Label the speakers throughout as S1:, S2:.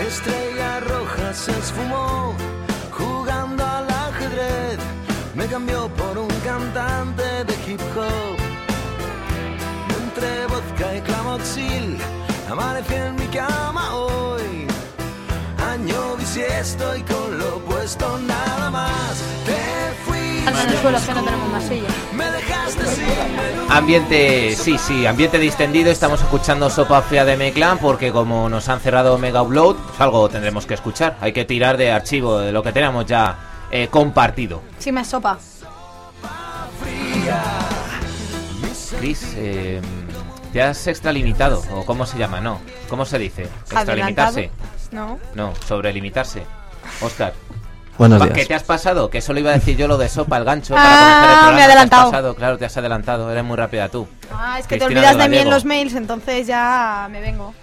S1: Estrella roja se esfumó jugando al ajedrez. Me cambió por un cantante de hip hop. Entre vodka y clamoxil, amanecí en mi cama hoy. Año bisiesto y con lo puesto nada más. Te fui.
S2: Anda en el suelo, que no tenemos más silla.
S1: Me dejaste sin menú.
S3: Ambiente, sí, sí, ambiente distendido. Estamos escuchando Sopa Fea de Meclan porque como nos han cerrado Mega Upload, pues algo tendremos que escuchar. Hay que tirar de archivo, de lo que tenemos ya eh, compartido.
S2: Sí, me sopa.
S3: Chris, eh, ¿te has extralimitado? ¿O cómo se llama? No. ¿Cómo se dice?
S2: Adelantado.
S3: ¿Extralimitarse?
S2: No.
S3: No, sobrelimitarse. Oscar.
S4: Buenos
S3: ¿Qué
S4: días.
S3: te has pasado? Que solo iba a decir yo lo de sopa, el gancho.
S2: Ah,
S3: para comenzar el programa.
S2: me he adelantado.
S3: Te has pasado, claro, te has adelantado. Eres muy rápida tú.
S2: Ah, es que
S3: Cristina
S2: te olvidas de mí en
S3: Gallego.
S2: los mails, entonces ya me vengo.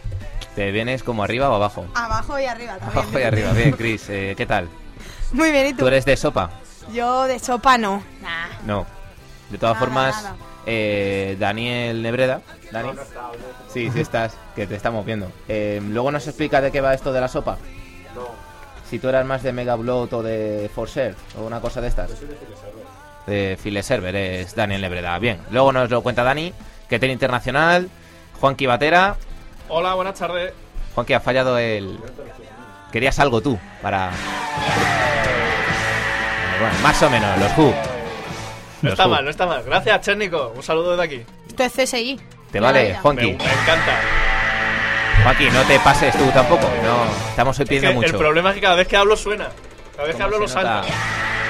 S3: ¿Te vienes como arriba o abajo?
S2: Abajo y arriba también.
S3: Abajo y arriba. Bien, Chris, eh, ¿qué tal?
S2: Muy bien, ¿y tú?
S3: ¿Tú eres de sopa?
S2: Yo de sopa no. Nah.
S3: No. De todas
S2: Nada,
S3: formas,
S2: nada.
S3: eh, Daniel Nebreda. Dani. Sí, sí estás, que te estamos viendo. Eh, Luego nos explica de qué va esto de la sopa. Si tú eras más de Mega Bloat o de Forser o una cosa de estas. De File Server es Daniel Nebreda. Bien, luego nos lo cuenta Dani, que tiene internacional, Juanqui Batera.
S5: Hola, buenas tardes.
S3: Juanqui, ha fallado el. Querías algo tú para. Bueno, más o menos, los Who.
S5: No
S3: Los
S5: está
S3: Who.
S5: mal, no está mal. Gracias, Chérnico. Un saludo desde aquí.
S2: Esto es CSI.
S3: Te vale,
S2: Maravilla.
S5: Me, me
S3: Juanqui.
S5: encanta.
S3: Joaquín, no te pases tú tampoco. No, estamos hoy
S5: Es que
S3: pidiendo
S5: el
S3: mucho.
S5: problema es que cada vez que hablo suena. Cada vez que hablo
S3: ¿Cómo
S5: lo
S3: se nota?
S5: salta.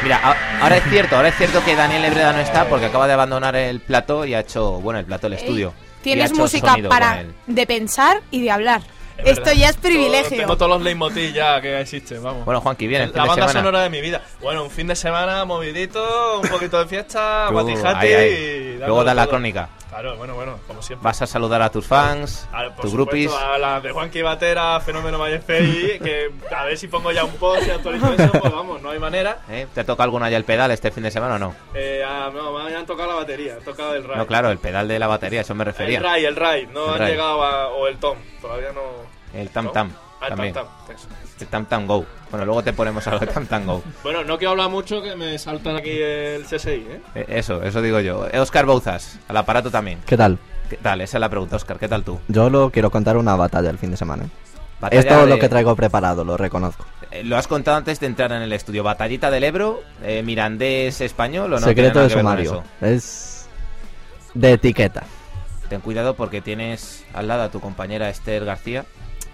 S3: Mira, a- ahora es cierto, ahora es cierto que Daniel Ebreda no está porque acaba de abandonar el plató y ha hecho, bueno, el plató, el estudio.
S2: Ey,
S3: Y ha
S2: Tienes
S3: hecho
S2: música
S3: sonido con
S2: para
S3: él.
S2: de pensar y de hablar.
S5: Es
S2: Esto
S5: verdad.
S2: ya es
S5: Todo-
S2: privilegio.
S5: Tengo todos los leitmotiv ya que existen, vamos.
S3: Bueno, Juanqui, viene el fin
S5: la
S3: de
S5: banda
S3: semana.
S5: sonora de mi vida. Bueno, un fin de semana movidito, un poquito de fiesta,
S3: Tú,
S5: guatijati
S3: ahí, ahí.
S5: y...
S3: Luego
S5: dándolo
S3: da la
S5: todo.
S3: crónica.
S5: Claro, bueno, bueno, como siempre.
S3: Vas a saludar a tus fans,
S5: A, Ah, por
S3: tus
S5: supuesto,
S3: grupis.
S5: A la de Juanqui Batera, Fenómeno Mayefei, que a ver si pongo ya un post y actualizo eso, pues vamos, no hay manera.
S3: ¿Eh? ¿Te toca alguna ya el pedal este fin de semana o no?
S5: Eh, ah, no, me han tocado la batería, han tocado el Rai.
S3: No, claro, el pedal de la batería, eso me
S5: El
S3: refería.
S5: Rai, el Rai, no
S3: El
S5: han
S3: Rai.
S5: llegado a. o el Tom, todavía no.
S3: El Tam
S5: ¿no?
S3: Tam.
S5: Ah, el Tam
S3: también.
S5: Tam, eso.
S3: El Tam Tam Go. Bueno, luego te ponemos algo de Tam Tam Go.
S5: Bueno, no quiero hablar mucho que me saltan aquí el CSI, ¿eh?
S3: Eh, Eso, eso digo yo. Oscar Bouzas, al aparato también.
S4: ¿Qué tal?
S3: ¿Qué tal? Esa es la pregunta, Oscar. ¿Qué tal tú?
S4: Yo lo quiero contar una batalla el fin de semana. ¿eh?
S3: Batalla
S4: es todo
S3: de-
S4: lo que traigo preparado, lo reconozco.
S3: Eh, Lo has contado antes de entrar en el estudio. Batallita del Ebro, eh, mirandés español o no.
S4: Secreto
S3: tiene nada
S4: de
S3: que ver con
S4: sumario. Es de etiqueta.
S3: eso? Ten cuidado porque tienes al lado a tu compañera Esther García,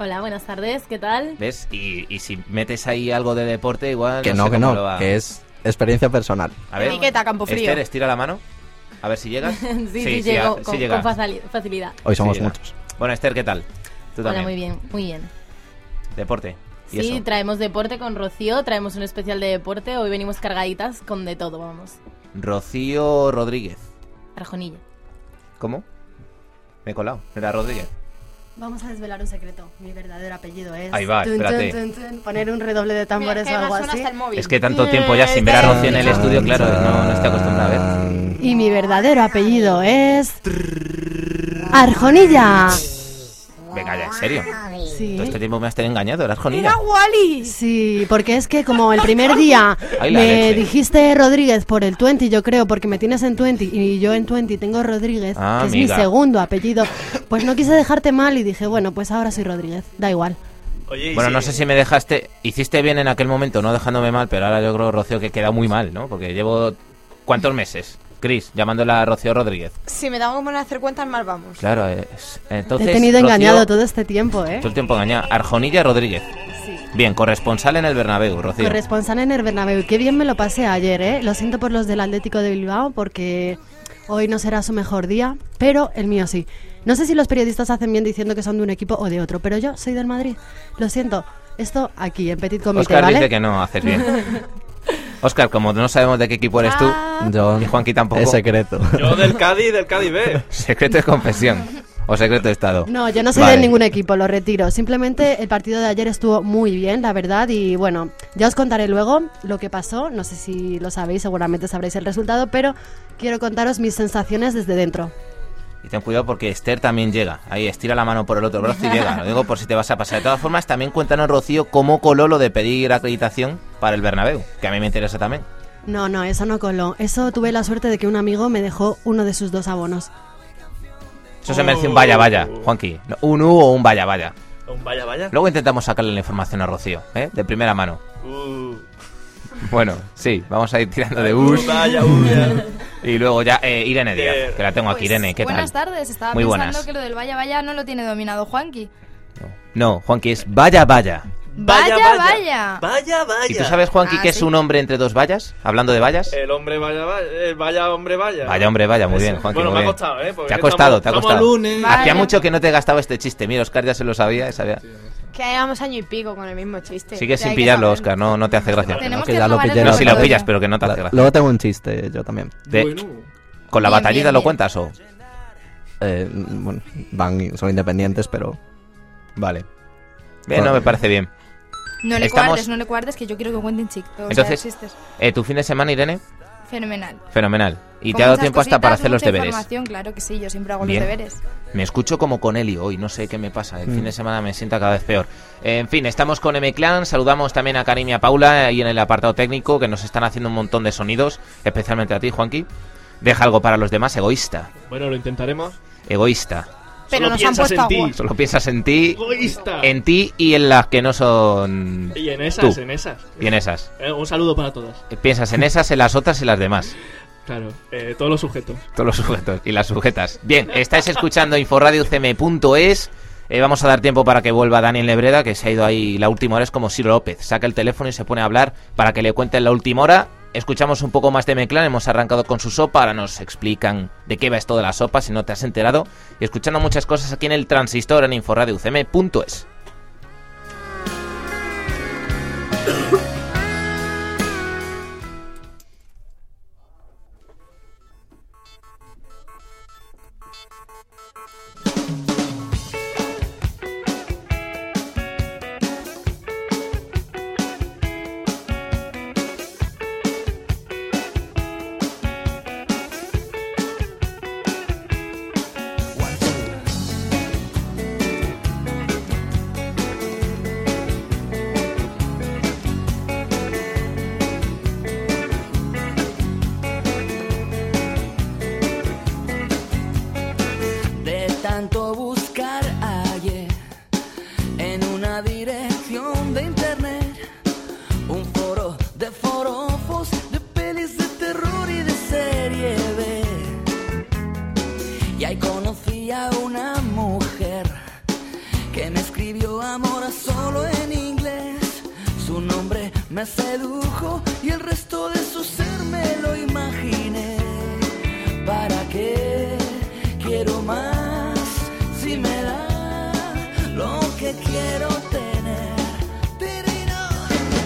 S6: Hola, buenas tardes, ¿qué tal?
S3: ¿ves? Y, y si metes ahí algo de deporte, igual.
S4: que
S3: Ah, sé
S4: no, que
S3: cómo lo
S4: no,
S3: va-
S4: que es experiencia personal.
S3: A ver,
S2: Etiqueta, campo frío.
S3: Esther, estira la mano. A ver si llegas.
S6: sí, sí,
S3: a-
S6: llego
S3: sí
S6: con,
S3: llega.
S6: con facili- facilidad.
S4: Hoy somos
S3: Sí, ya.
S4: muchos.
S3: Bueno, Esther, ¿qué tal? Tú
S6: Hola,
S3: también.
S6: muy bien, muy bien.
S3: Deporte. ¿Y
S6: Sí,
S3: eso?
S6: traemos deporte con Rocío, traemos un especial de deporte, hoy venimos cargaditas con de todo, vamos.
S3: Rocío Rodríguez.
S6: Arjonilla.
S3: ¿Cómo? Me he colado. Era Rodríguez.
S7: Vamos a desvelar un secreto. Mi verdadero apellido
S8: Pues,
S7: es.
S3: Ahí va,
S7: Tun, tun,
S3: espérate.
S7: tun, tun. poner un redoble de
S2: Mira,
S7: tambores
S2: que
S7: o algo
S2: además suena
S7: así.
S2: hasta el móvil.
S3: Es que tanto tiempo ya sin ver a Rocío en el estudio, claro, no, no estoy acostumbrado a ver.
S7: Y mi verdadero apellido es. Arjonilla.
S3: Venga, ya, en serio. Todo
S7: Sí.
S3: este tiempo me has tenido engañado, eras Jonilla.
S2: ¡Era Wally!
S7: Sí, porque es que como el primer día
S3: Ay, la
S7: me
S3: leche.
S7: dijiste Rodríguez por el 20, yo creo, porque me tienes en 20 y yo en 20 tengo Rodríguez,
S3: Ah,
S7: que es
S3: amiga.
S7: mi segundo apellido, pues no quise dejarte mal y dije, bueno, pues ahora soy Rodríguez, da igual.
S5: Oye, y
S3: Bueno, no sé si me dejaste. Hiciste bien en aquel momento, no dejándome mal, pero ahora yo creo, Rocío, que he quedado muy mal, ¿no? Porque llevo. ¿Cuántos meses? Chris, llamándola a Rocío Rodríguez.
S2: Si me tengo que poner a hacer cuentas, mal vamos.
S3: Claro, eh, es- entonces.
S7: Te he tenido
S3: Rocío-
S7: engañado todo este tiempo, ¿eh?
S3: Todo el tiempo engañado. Arjonilla Rodríguez. Bien, corresponsal en el Bernabéu, Rocío.
S7: Corresponsal en el Bernabéu. Qué bien me lo pasé ayer, ¿eh? Lo siento por los del Atlético de Bilbao porque hoy no será su mejor día, pero el mío sí. No sé si los periodistas hacen bien diciendo que son de un equipo o de otro, pero yo soy del Madrid. Lo siento. Esto aquí, en Petit Comité,
S3: Oscar
S7: ¿vale?
S3: dice que no, haces bien. Oscar, como no sabemos de qué equipo eres tú,
S7: Ah.
S4: Yo-
S3: y Juanqui tampoco,
S4: Es secreto.
S1: Yo del Cádiz, del Cádiz B.
S3: secreto de confesión o secreto de Estado.
S7: No, yo no soy
S3: Vale.
S7: de ningún equipo, lo retiro. Simplemente el partido de ayer estuvo muy bien, la verdad, y bueno, ya os contaré luego lo que pasó. No sé si lo sabéis, seguramente sabréis el resultado, pero quiero contaros mis sensaciones desde dentro.
S3: Y ten cuidado porque Esther también llega. Ahí estira la mano por el otro brazo y llega. Lo digo por si te vas a pasar. De todas formas, también cuéntanos, Rocío, cómo coló lo de pedir acreditación para el Bernabéu, que a mí me interesa también.
S7: No, no, eso no coló. Eso tuve la suerte de que un amigo me dejó uno de sus dos abonos.
S3: Eso se merece un vaya vaya, Juanqui. No, Un U o un vaya vaya.
S1: Un vaya, vaya.
S3: Luego intentamos sacarle la información a Rocío, ¿eh? De primera mano.
S1: Uh,
S3: Bueno, sí, vamos a ir tirando de
S1: uh,
S3: Ush.
S1: vaya, uh, ya.
S3: Y luego ya, eh, Irene Díaz,
S1: Eh,
S3: que la tengo aquí.
S8: Pues,
S3: Irene, ¿qué
S8: buenas
S3: tal?
S8: tardes, estaba
S3: Muy
S8: pensando
S3: buenas.
S8: que lo del vaya vaya no lo tiene dominado Juanqui.
S3: No, Juanqui es vaya vaya.
S8: Vaya,
S1: vaya.
S8: vaya.
S1: Vaya, vaya.
S3: ¿Y tú sabes, Juanqui,
S8: Ah,
S3: que es
S8: sí.
S3: un hombre entre dos vallas? Hablando de vallas.
S1: El hombre vaya, vaya, eh, vaya hombre vaya.
S3: Vaya hombre vaya, muy bien, Juanqui,
S1: Bueno,
S3: muy
S1: me
S3: bien.
S1: ha costado, ¿eh? Porque
S3: Te ha costado,
S1: estamos-
S3: te ha
S1: estamos
S3: costado.
S1: lunes.
S8: Vale.
S3: Hacía mucho que no te gastaba este chiste. Mira, Oscar ya se lo sabía, sabía.
S2: Que llevamos año y pico con el mismo chiste.
S3: Sigue
S2: Que hay
S3: sin
S2: que
S3: pillarlo,
S2: saber.
S3: Oscar, no, no te hace gracia.
S8: Tenemos
S4: que
S8: que,
S4: ya lo
S8: acabar el ¿eh?
S4: pillé,
S3: No,
S4: no,
S3: si
S4: no,
S3: lo
S4: no.
S3: pillas, pero que no te hace gracia.
S4: Luego tengo un chiste yo también.
S3: De- ¿Con la
S8: Bien,
S3: batallita
S8: bien,
S3: lo
S8: bien.
S3: cuentas o...?
S4: Eh, bueno, van, son independientes, pero
S3: Vale. Bien, no, me parece bien.
S8: No le
S3: Estamos-
S8: guardes, no le guardes, que yo quiero que cuenten chicos.
S3: Entonces- Eh, ¿Tu fin de semana, Irene?
S8: fenomenal.
S3: Fenomenal. ¿Y
S8: Con
S3: te ha dado
S8: muchas
S3: tiempo hasta
S8: cositas,
S3: para hacer los
S8: mucha
S3: deberes?
S8: información, Claro que sí, yo siempre hago
S3: Bien.
S8: los deberes.
S3: Me escucho como con Eli hoy, no sé qué me pasa. El fin de semana me sienta cada vez peor. En fin, estamos con M-Clan. Saludamos también a Karim y a Paula ahí en el apartado técnico que nos están haciendo un montón de sonidos, especialmente a ti, Juanqui. Deja algo para los demás, egoísta.
S1: Bueno, lo intentaremos.
S3: Egoísta.
S2: Pero
S1: Solo
S2: nos han
S1: piensas
S2: puesto
S1: en
S2: a
S1: ti.
S2: Juan.
S3: Solo piensas en ti,
S1: Egoísta.
S3: en ti y en las que no son.
S1: Y en esas,
S3: tú.
S1: en esas.
S3: Y en esas.
S1: Eh, un saludo para todas.
S3: Piensas en esas, en las otras y las demás.
S1: Claro, eh, todos los sujetos.
S3: Todos los sujetos y las sujetas. Bien, estáis escuchando inforradiocm.es. Eh, vamos a dar tiempo para que vuelva Daniel Nebreda, que se ha ido ahí la última hora. Es como Ciro López. Saca el teléfono y se pone a hablar para que le cuenten la última hora. Escuchamos un poco más de Meclan. Hemos arrancado con su sopa. Ahora nos explican de qué va esto de la sopa, si no te has enterado. Y escuchando muchas cosas aquí en el transistor en inforradiocm.es.
S9: De tanto buscar ayer en una dirección de internet, un foro de forofos, de pelis de terror y de serie B. Y ahí conocí a una mujer que me escribió amor solo en inglés. Su nombre me sedujo y el resto de su ser me lo imaginé. ¿Para qué quiero más si me da lo que quiero tener? Tirino.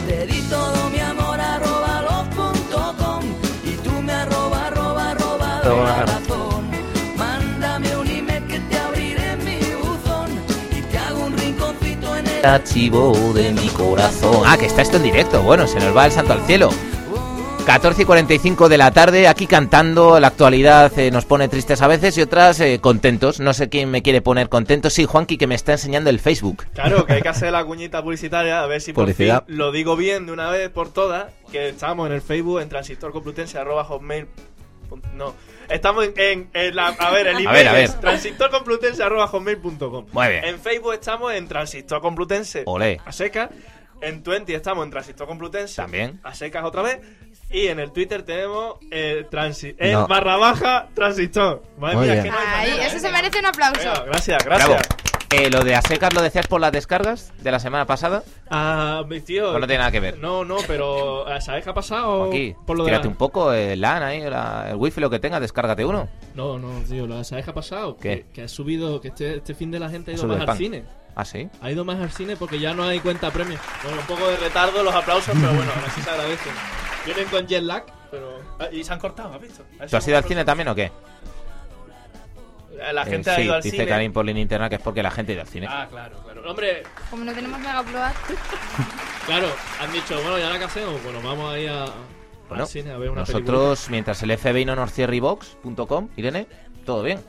S9: Te di todo mi amor arroba love.com y tú me arroba arroba arroba de corazón. Mándame un email que te abriré mi buzón y te hago un rinconcito en el
S3: archivo de mi corazón. Ah, que está esto en directo. Bueno, se nos va el santo al cielo. 14 y 45 de la tarde, aquí cantando. La actualidad eh, nos pone tristes a veces y otras eh, contentos. No sé quién me quiere poner contento. Sí, Juanqui, que me está enseñando el Facebook.
S1: Claro, que hay que hacer la cuñita publicitaria, a ver si por
S4: Publicidad.
S1: fin lo digo bien de una vez por todas, que estamos en el Facebook, en Transistor Complutense, arroba hotmail. punt- No, estamos en, en- en la... A ver, el email
S3: ver, a ver.
S1: es transistorcomplutense, arroba hotmail.com.
S3: Muy bien.
S1: En Facebook estamos en Transistor Complutense.
S3: Olé.
S1: A seca. En Twenty estamos en Transistor Complutense.
S3: También.
S1: A secas otra vez. Y en el Twitter tenemos eh, transi el
S4: No.
S1: barra baja transistor. Madre
S4: Muy
S1: mía, es
S4: bien.
S1: que no hay
S8: Ahí,
S1: manera,
S8: eso
S1: ¿eh?
S8: se merece un aplauso.
S1: Venga, Gracias,
S3: Bravo.
S1: gracias.
S3: Eh, lo de Asecas lo decías por las descargas de la semana pasada.
S1: Ah, mi tío.
S3: Pues no tiene nada que ver.
S1: No, no, pero ah, ¿sabes qué ha pasado?
S3: Aquí,
S1: por lo de
S3: tírate
S1: la-
S3: un poco, el LAN ahí, la- el wifi, lo que tengas, descárgate uno.
S1: No, no, tío, lo- ¿sabes qué ha pasado?
S3: ¿Qué?
S1: Que, que ha subido, que este, este fin de la gente ha ido
S3: Sube
S1: más
S3: el
S1: al
S3: pan.
S1: cine.
S3: Ah, sí.
S1: Ha ido más al cine porque ya no hay cuenta premio. Bueno, un poco de retardo los aplausos, pero bueno, ahora sí se agradecen. Vienen con jet lag, pero. ah, Y se han cortado, ¿has visto? A
S3: ¿Tú
S1: ver si
S3: has ido al
S1: hemos
S3: cine
S1: cortado.
S3: también o qué?
S1: La
S3: Eh,
S1: gente ha
S3: sí,
S1: ido al
S3: dice
S1: cine.
S3: Karim por línea interna que ¿eh? es porque la gente ha ido al cine.
S1: Ah, claro, claro. Hombre,
S8: Como no tenemos mega upload,
S1: claro, han dicho, bueno, ya la que hacemos, bueno, vamos ahí a,
S3: Bueno,
S1: al cine a ver una
S3: nosotros, mientras el FBI no nos cierre iVox.com, Irene, todo bien.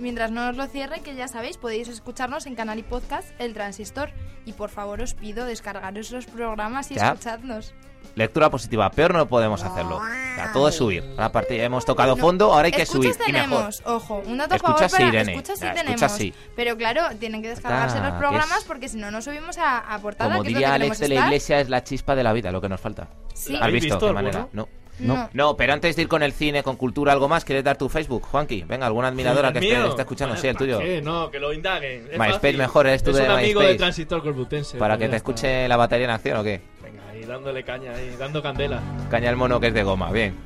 S8: mientras no os lo cierre, que ya sabéis, podéis escucharnos en canal y podcast El Transistor. Y por favor os pido descargaros los programas y
S3: Ya.
S8: escuchadnos.
S3: Lectura positiva, peor no podemos hacerlo. O sea, todo es subir. Ahora partir, hemos tocado
S8: No.
S3: fondo, ahora hay que subir.
S8: escuchas
S3: Y mejor.
S8: tenemos, ojo, un dato a
S3: Escuchas
S8: favor
S3: sí,
S8: para
S3: Irene.
S8: escuchas sí
S3: Ya, escuchas
S8: tenemos.
S3: sí.
S8: Pero claro, tienen que descargarse
S3: Está,
S8: los
S3: que
S8: programas
S3: es-
S8: porque si no nos subimos a, a portada,
S3: Como
S8: que es
S3: diría
S8: donde
S3: Alex de la
S8: queremos
S3: Iglesia, es la chispa de la vida lo que nos falta.
S8: estar. Sí,
S3: ¿Has
S1: ¿Habéis
S3: visto?
S1: visto
S3: ¿De
S1: alguno?
S3: manera? No.
S8: no.
S3: No, pero antes de ir con el cine, con cultura, algo más, ¿quieres dar tu Facebook, Juanqui? Venga, alguna admiradora que esté, está escuchando, sí, el tuyo.
S1: Sí, no, que lo indaguen. Es
S3: MySpace
S1: fácil.
S3: mejor, eres tú
S1: es
S3: de
S1: un amigo
S3: MySpace.
S1: de Transistor Corbutense.
S3: Para
S1: pues
S3: que
S1: ya
S3: te
S1: está.
S3: escuche la batería en acción o qué.
S1: Venga, ahí dándole caña, ahí, dando candela.
S3: Caña el mono que es de goma, bien.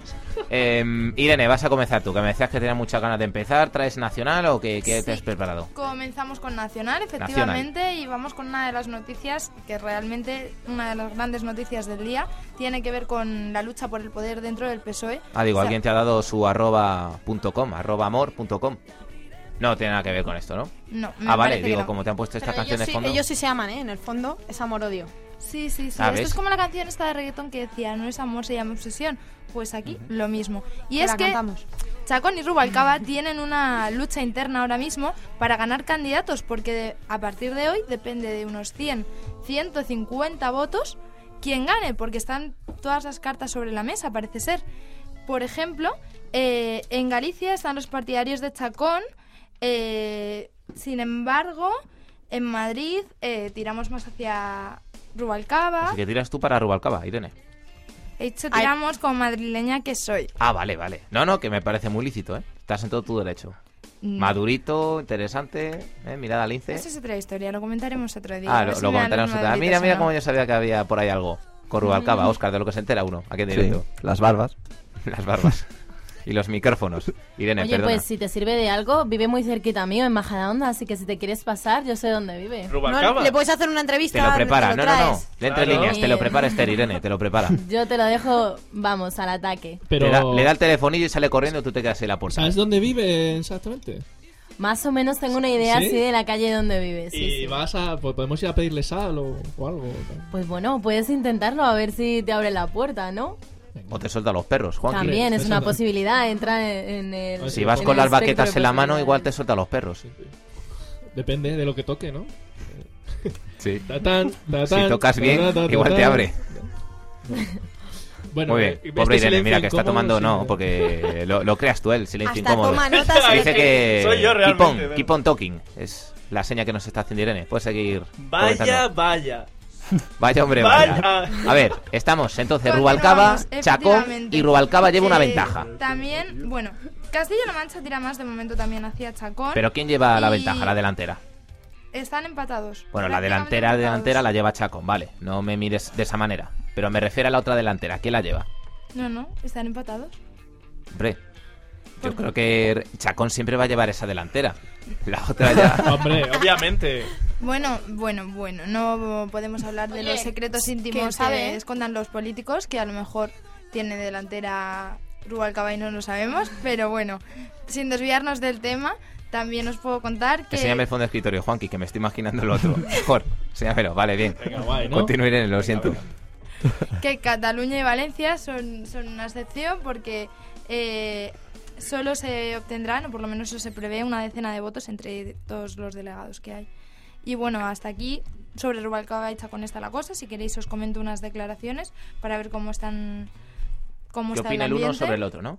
S3: Em, Irene, vas a comenzar tú, que me decías que tenías muchas ganas de empezar. ¿Traes nacional o qué, qué te
S8: Sí.
S3: has preparado?
S8: Comenzamos con Nacional, efectivamente, y vamos con una de las noticias que realmente, una de las grandes noticias del día, tiene que ver con la lucha por el poder dentro del PSOE.
S3: Ah, digo,
S8: O sea,
S3: alguien te ha dado su arroba punto com, arroba amor punto com. No tiene nada que ver con esto, ¿no?
S8: No, me
S3: ah, vale,
S8: parece que
S3: digo,
S8: no.
S3: como te han puesto esta
S2: Pero
S3: canción de
S2: ellos, sí,
S3: fondo.
S2: ellos sí se aman, ¿eh? En el fondo es amor-odio.
S8: Sí, sí, sí.
S3: Ah,
S8: Esto
S3: ¿ves?
S8: es como la canción esta de reggaetón que decía, no es amor, se llama obsesión. Pues aquí lo mismo. Y
S2: Te
S8: es
S2: la
S8: que
S2: cantamos.
S8: Chacón y Rubalcaba tienen una lucha interna ahora mismo para ganar candidatos, porque de- a partir de hoy depende de unos 100, 150 votos quien gane, porque están todas las cartas sobre la mesa, parece ser. Por ejemplo, eh, en Galicia están los partidarios de Chacón, eh, sin embargo, en Madrid eh, tiramos más hacia Rubalcaba,
S3: Así que tiras tú para Rubalcaba, Irene.
S8: de hecho
S2: Ay.
S8: tiramos como madrileña que soy.
S3: Ah, vale, vale. No, no, que me parece muy lícito, ¿eh? Estás en todo tu derecho.
S8: Mm.
S3: Madurito, interesante, ¿eh? mirada al lince.
S8: Esa es otra historia, lo comentaremos otro día.
S3: ah,
S8: a ver
S3: lo,
S8: si
S3: lo
S8: me dan
S3: comentaremos
S8: los
S3: otra- Ah, Mira,
S8: madriditas
S3: mira
S8: o
S3: cómo
S8: no. Mm.
S3: yo sabía que había por ahí algo. Con Rubalcaba, Oscar, de lo que se entera uno, aquí en
S4: Sí,
S3: directo.
S4: las barbas.
S3: Las barbas. y los micrófonos. Irene,
S6: Oye,
S3: perdona.
S6: pues si te sirve de algo, vive muy cerquita mío, en Majadahonda, así que si te quieres pasar, yo sé dónde vive.
S1: Rubalcaba.
S2: No, le puedes hacer una
S3: Te
S2: entrevista.
S3: lo prepara, no, no, no.
S2: traes.
S3: De entre
S1: Claro.
S3: líneas, te lo prepara Esther, Irene, te lo prepara.
S6: Yo te lo dejo, vamos, al ataque.
S1: Pero,
S3: Le, da, le da el telefonillo y sale corriendo y tú te quedas en la puerta.
S1: ¿sabes dónde vive exactamente?
S6: Más o menos tengo una idea
S1: ¿Sí?
S6: así de la calle donde vive. sí,
S1: y
S6: sí.
S1: vas a. pues podemos ir a pedirle sal o, o algo. tal.
S6: Pues bueno, puedes intentarlo a ver si te abre la puerta, ¿no?
S3: O te suelta los perros, Juanqui.
S6: También es una
S1: Exacto.
S6: posibilidad, entra en, en el...
S3: Si vas
S6: en
S3: con
S6: el
S3: las baquetas
S6: espectro
S3: en
S6: de
S3: la mano, igual te
S6: posibilidades.
S3: suelta los perros.
S1: Depende de lo que toque, ¿no?
S3: Sí.
S1: Tatán, tatán,
S3: Si tocas bien,
S1: tatatán,
S3: igual te
S1: tatatán.
S3: abre.
S1: Bueno,
S3: Muy
S1: eh,
S3: bien.
S1: este
S3: Pobre Irene,
S1: silencio
S3: mira que está
S1: incómodo
S3: tomando, no,
S1: siempre.
S3: porque lo, lo creas tú, el silencio
S2: Hasta
S3: incómodo.
S2: toma notas.
S3: Dice que
S1: Soy yo
S3: keep
S1: realmente,
S3: on,
S1: ¿verdad?
S3: keep on talking. Es la seña que nos está haciendo Irene. Puedes seguir.
S1: Vaya,
S3: comentando.
S1: vaya.
S3: vaya hombre, vaya.
S1: vaya.
S3: A ver, estamos entonces
S8: Continuamos,
S3: Rubalcaba, Chacón
S8: efectivamente.
S3: y Rubalcaba lleva una
S8: Eh,
S3: ventaja.
S8: También, bueno, Castilla-La Mancha tira más de momento también hacia Chacón.
S3: Pero ¿quién lleva la
S8: Y-
S3: ventaja? La delantera.
S8: Están empatados.
S3: Bueno, la
S8: prácticamente
S3: delantera,
S8: empatados.
S3: delantera la lleva Chacón, vale. No me mires de esa manera. Pero me refiero a la otra delantera. ¿Quién la lleva?
S8: No, no, están empatados.
S3: Hombre, yo creo que Chacón siempre va a llevar esa delantera. La otra ya.
S1: Hombre, obviamente.
S8: Bueno, bueno, bueno, no podemos hablar de
S2: Oye,
S8: los secretos
S2: ¿quién
S8: íntimos
S2: sabe, eh?
S8: que escondan los políticos, que a lo mejor tiene delantera Rubalcaba y no lo sabemos, pero bueno, sin desviarnos del tema, también os puedo contar que...
S3: Enséñame el fondo de escritorio, Juanqui, que me estoy imaginando el otro. Mejor, enséñamelo, vale, bien.
S1: Venga, guay, ¿no?
S3: Continúe, Irene, lo siento.
S8: que Cataluña y Valencia son, son una excepción porque eh, solo se obtendrán, o por lo menos eso se prevé, una decena de votos entre todos los delegados que hay. Y bueno, hasta aquí sobre Rubalcaba hecha con esta la cosa. Si queréis os comento unas declaraciones para ver cómo están... Cómo
S3: ¿Qué
S8: está
S3: opina el uno
S8: ambiente.
S3: sobre el otro, no?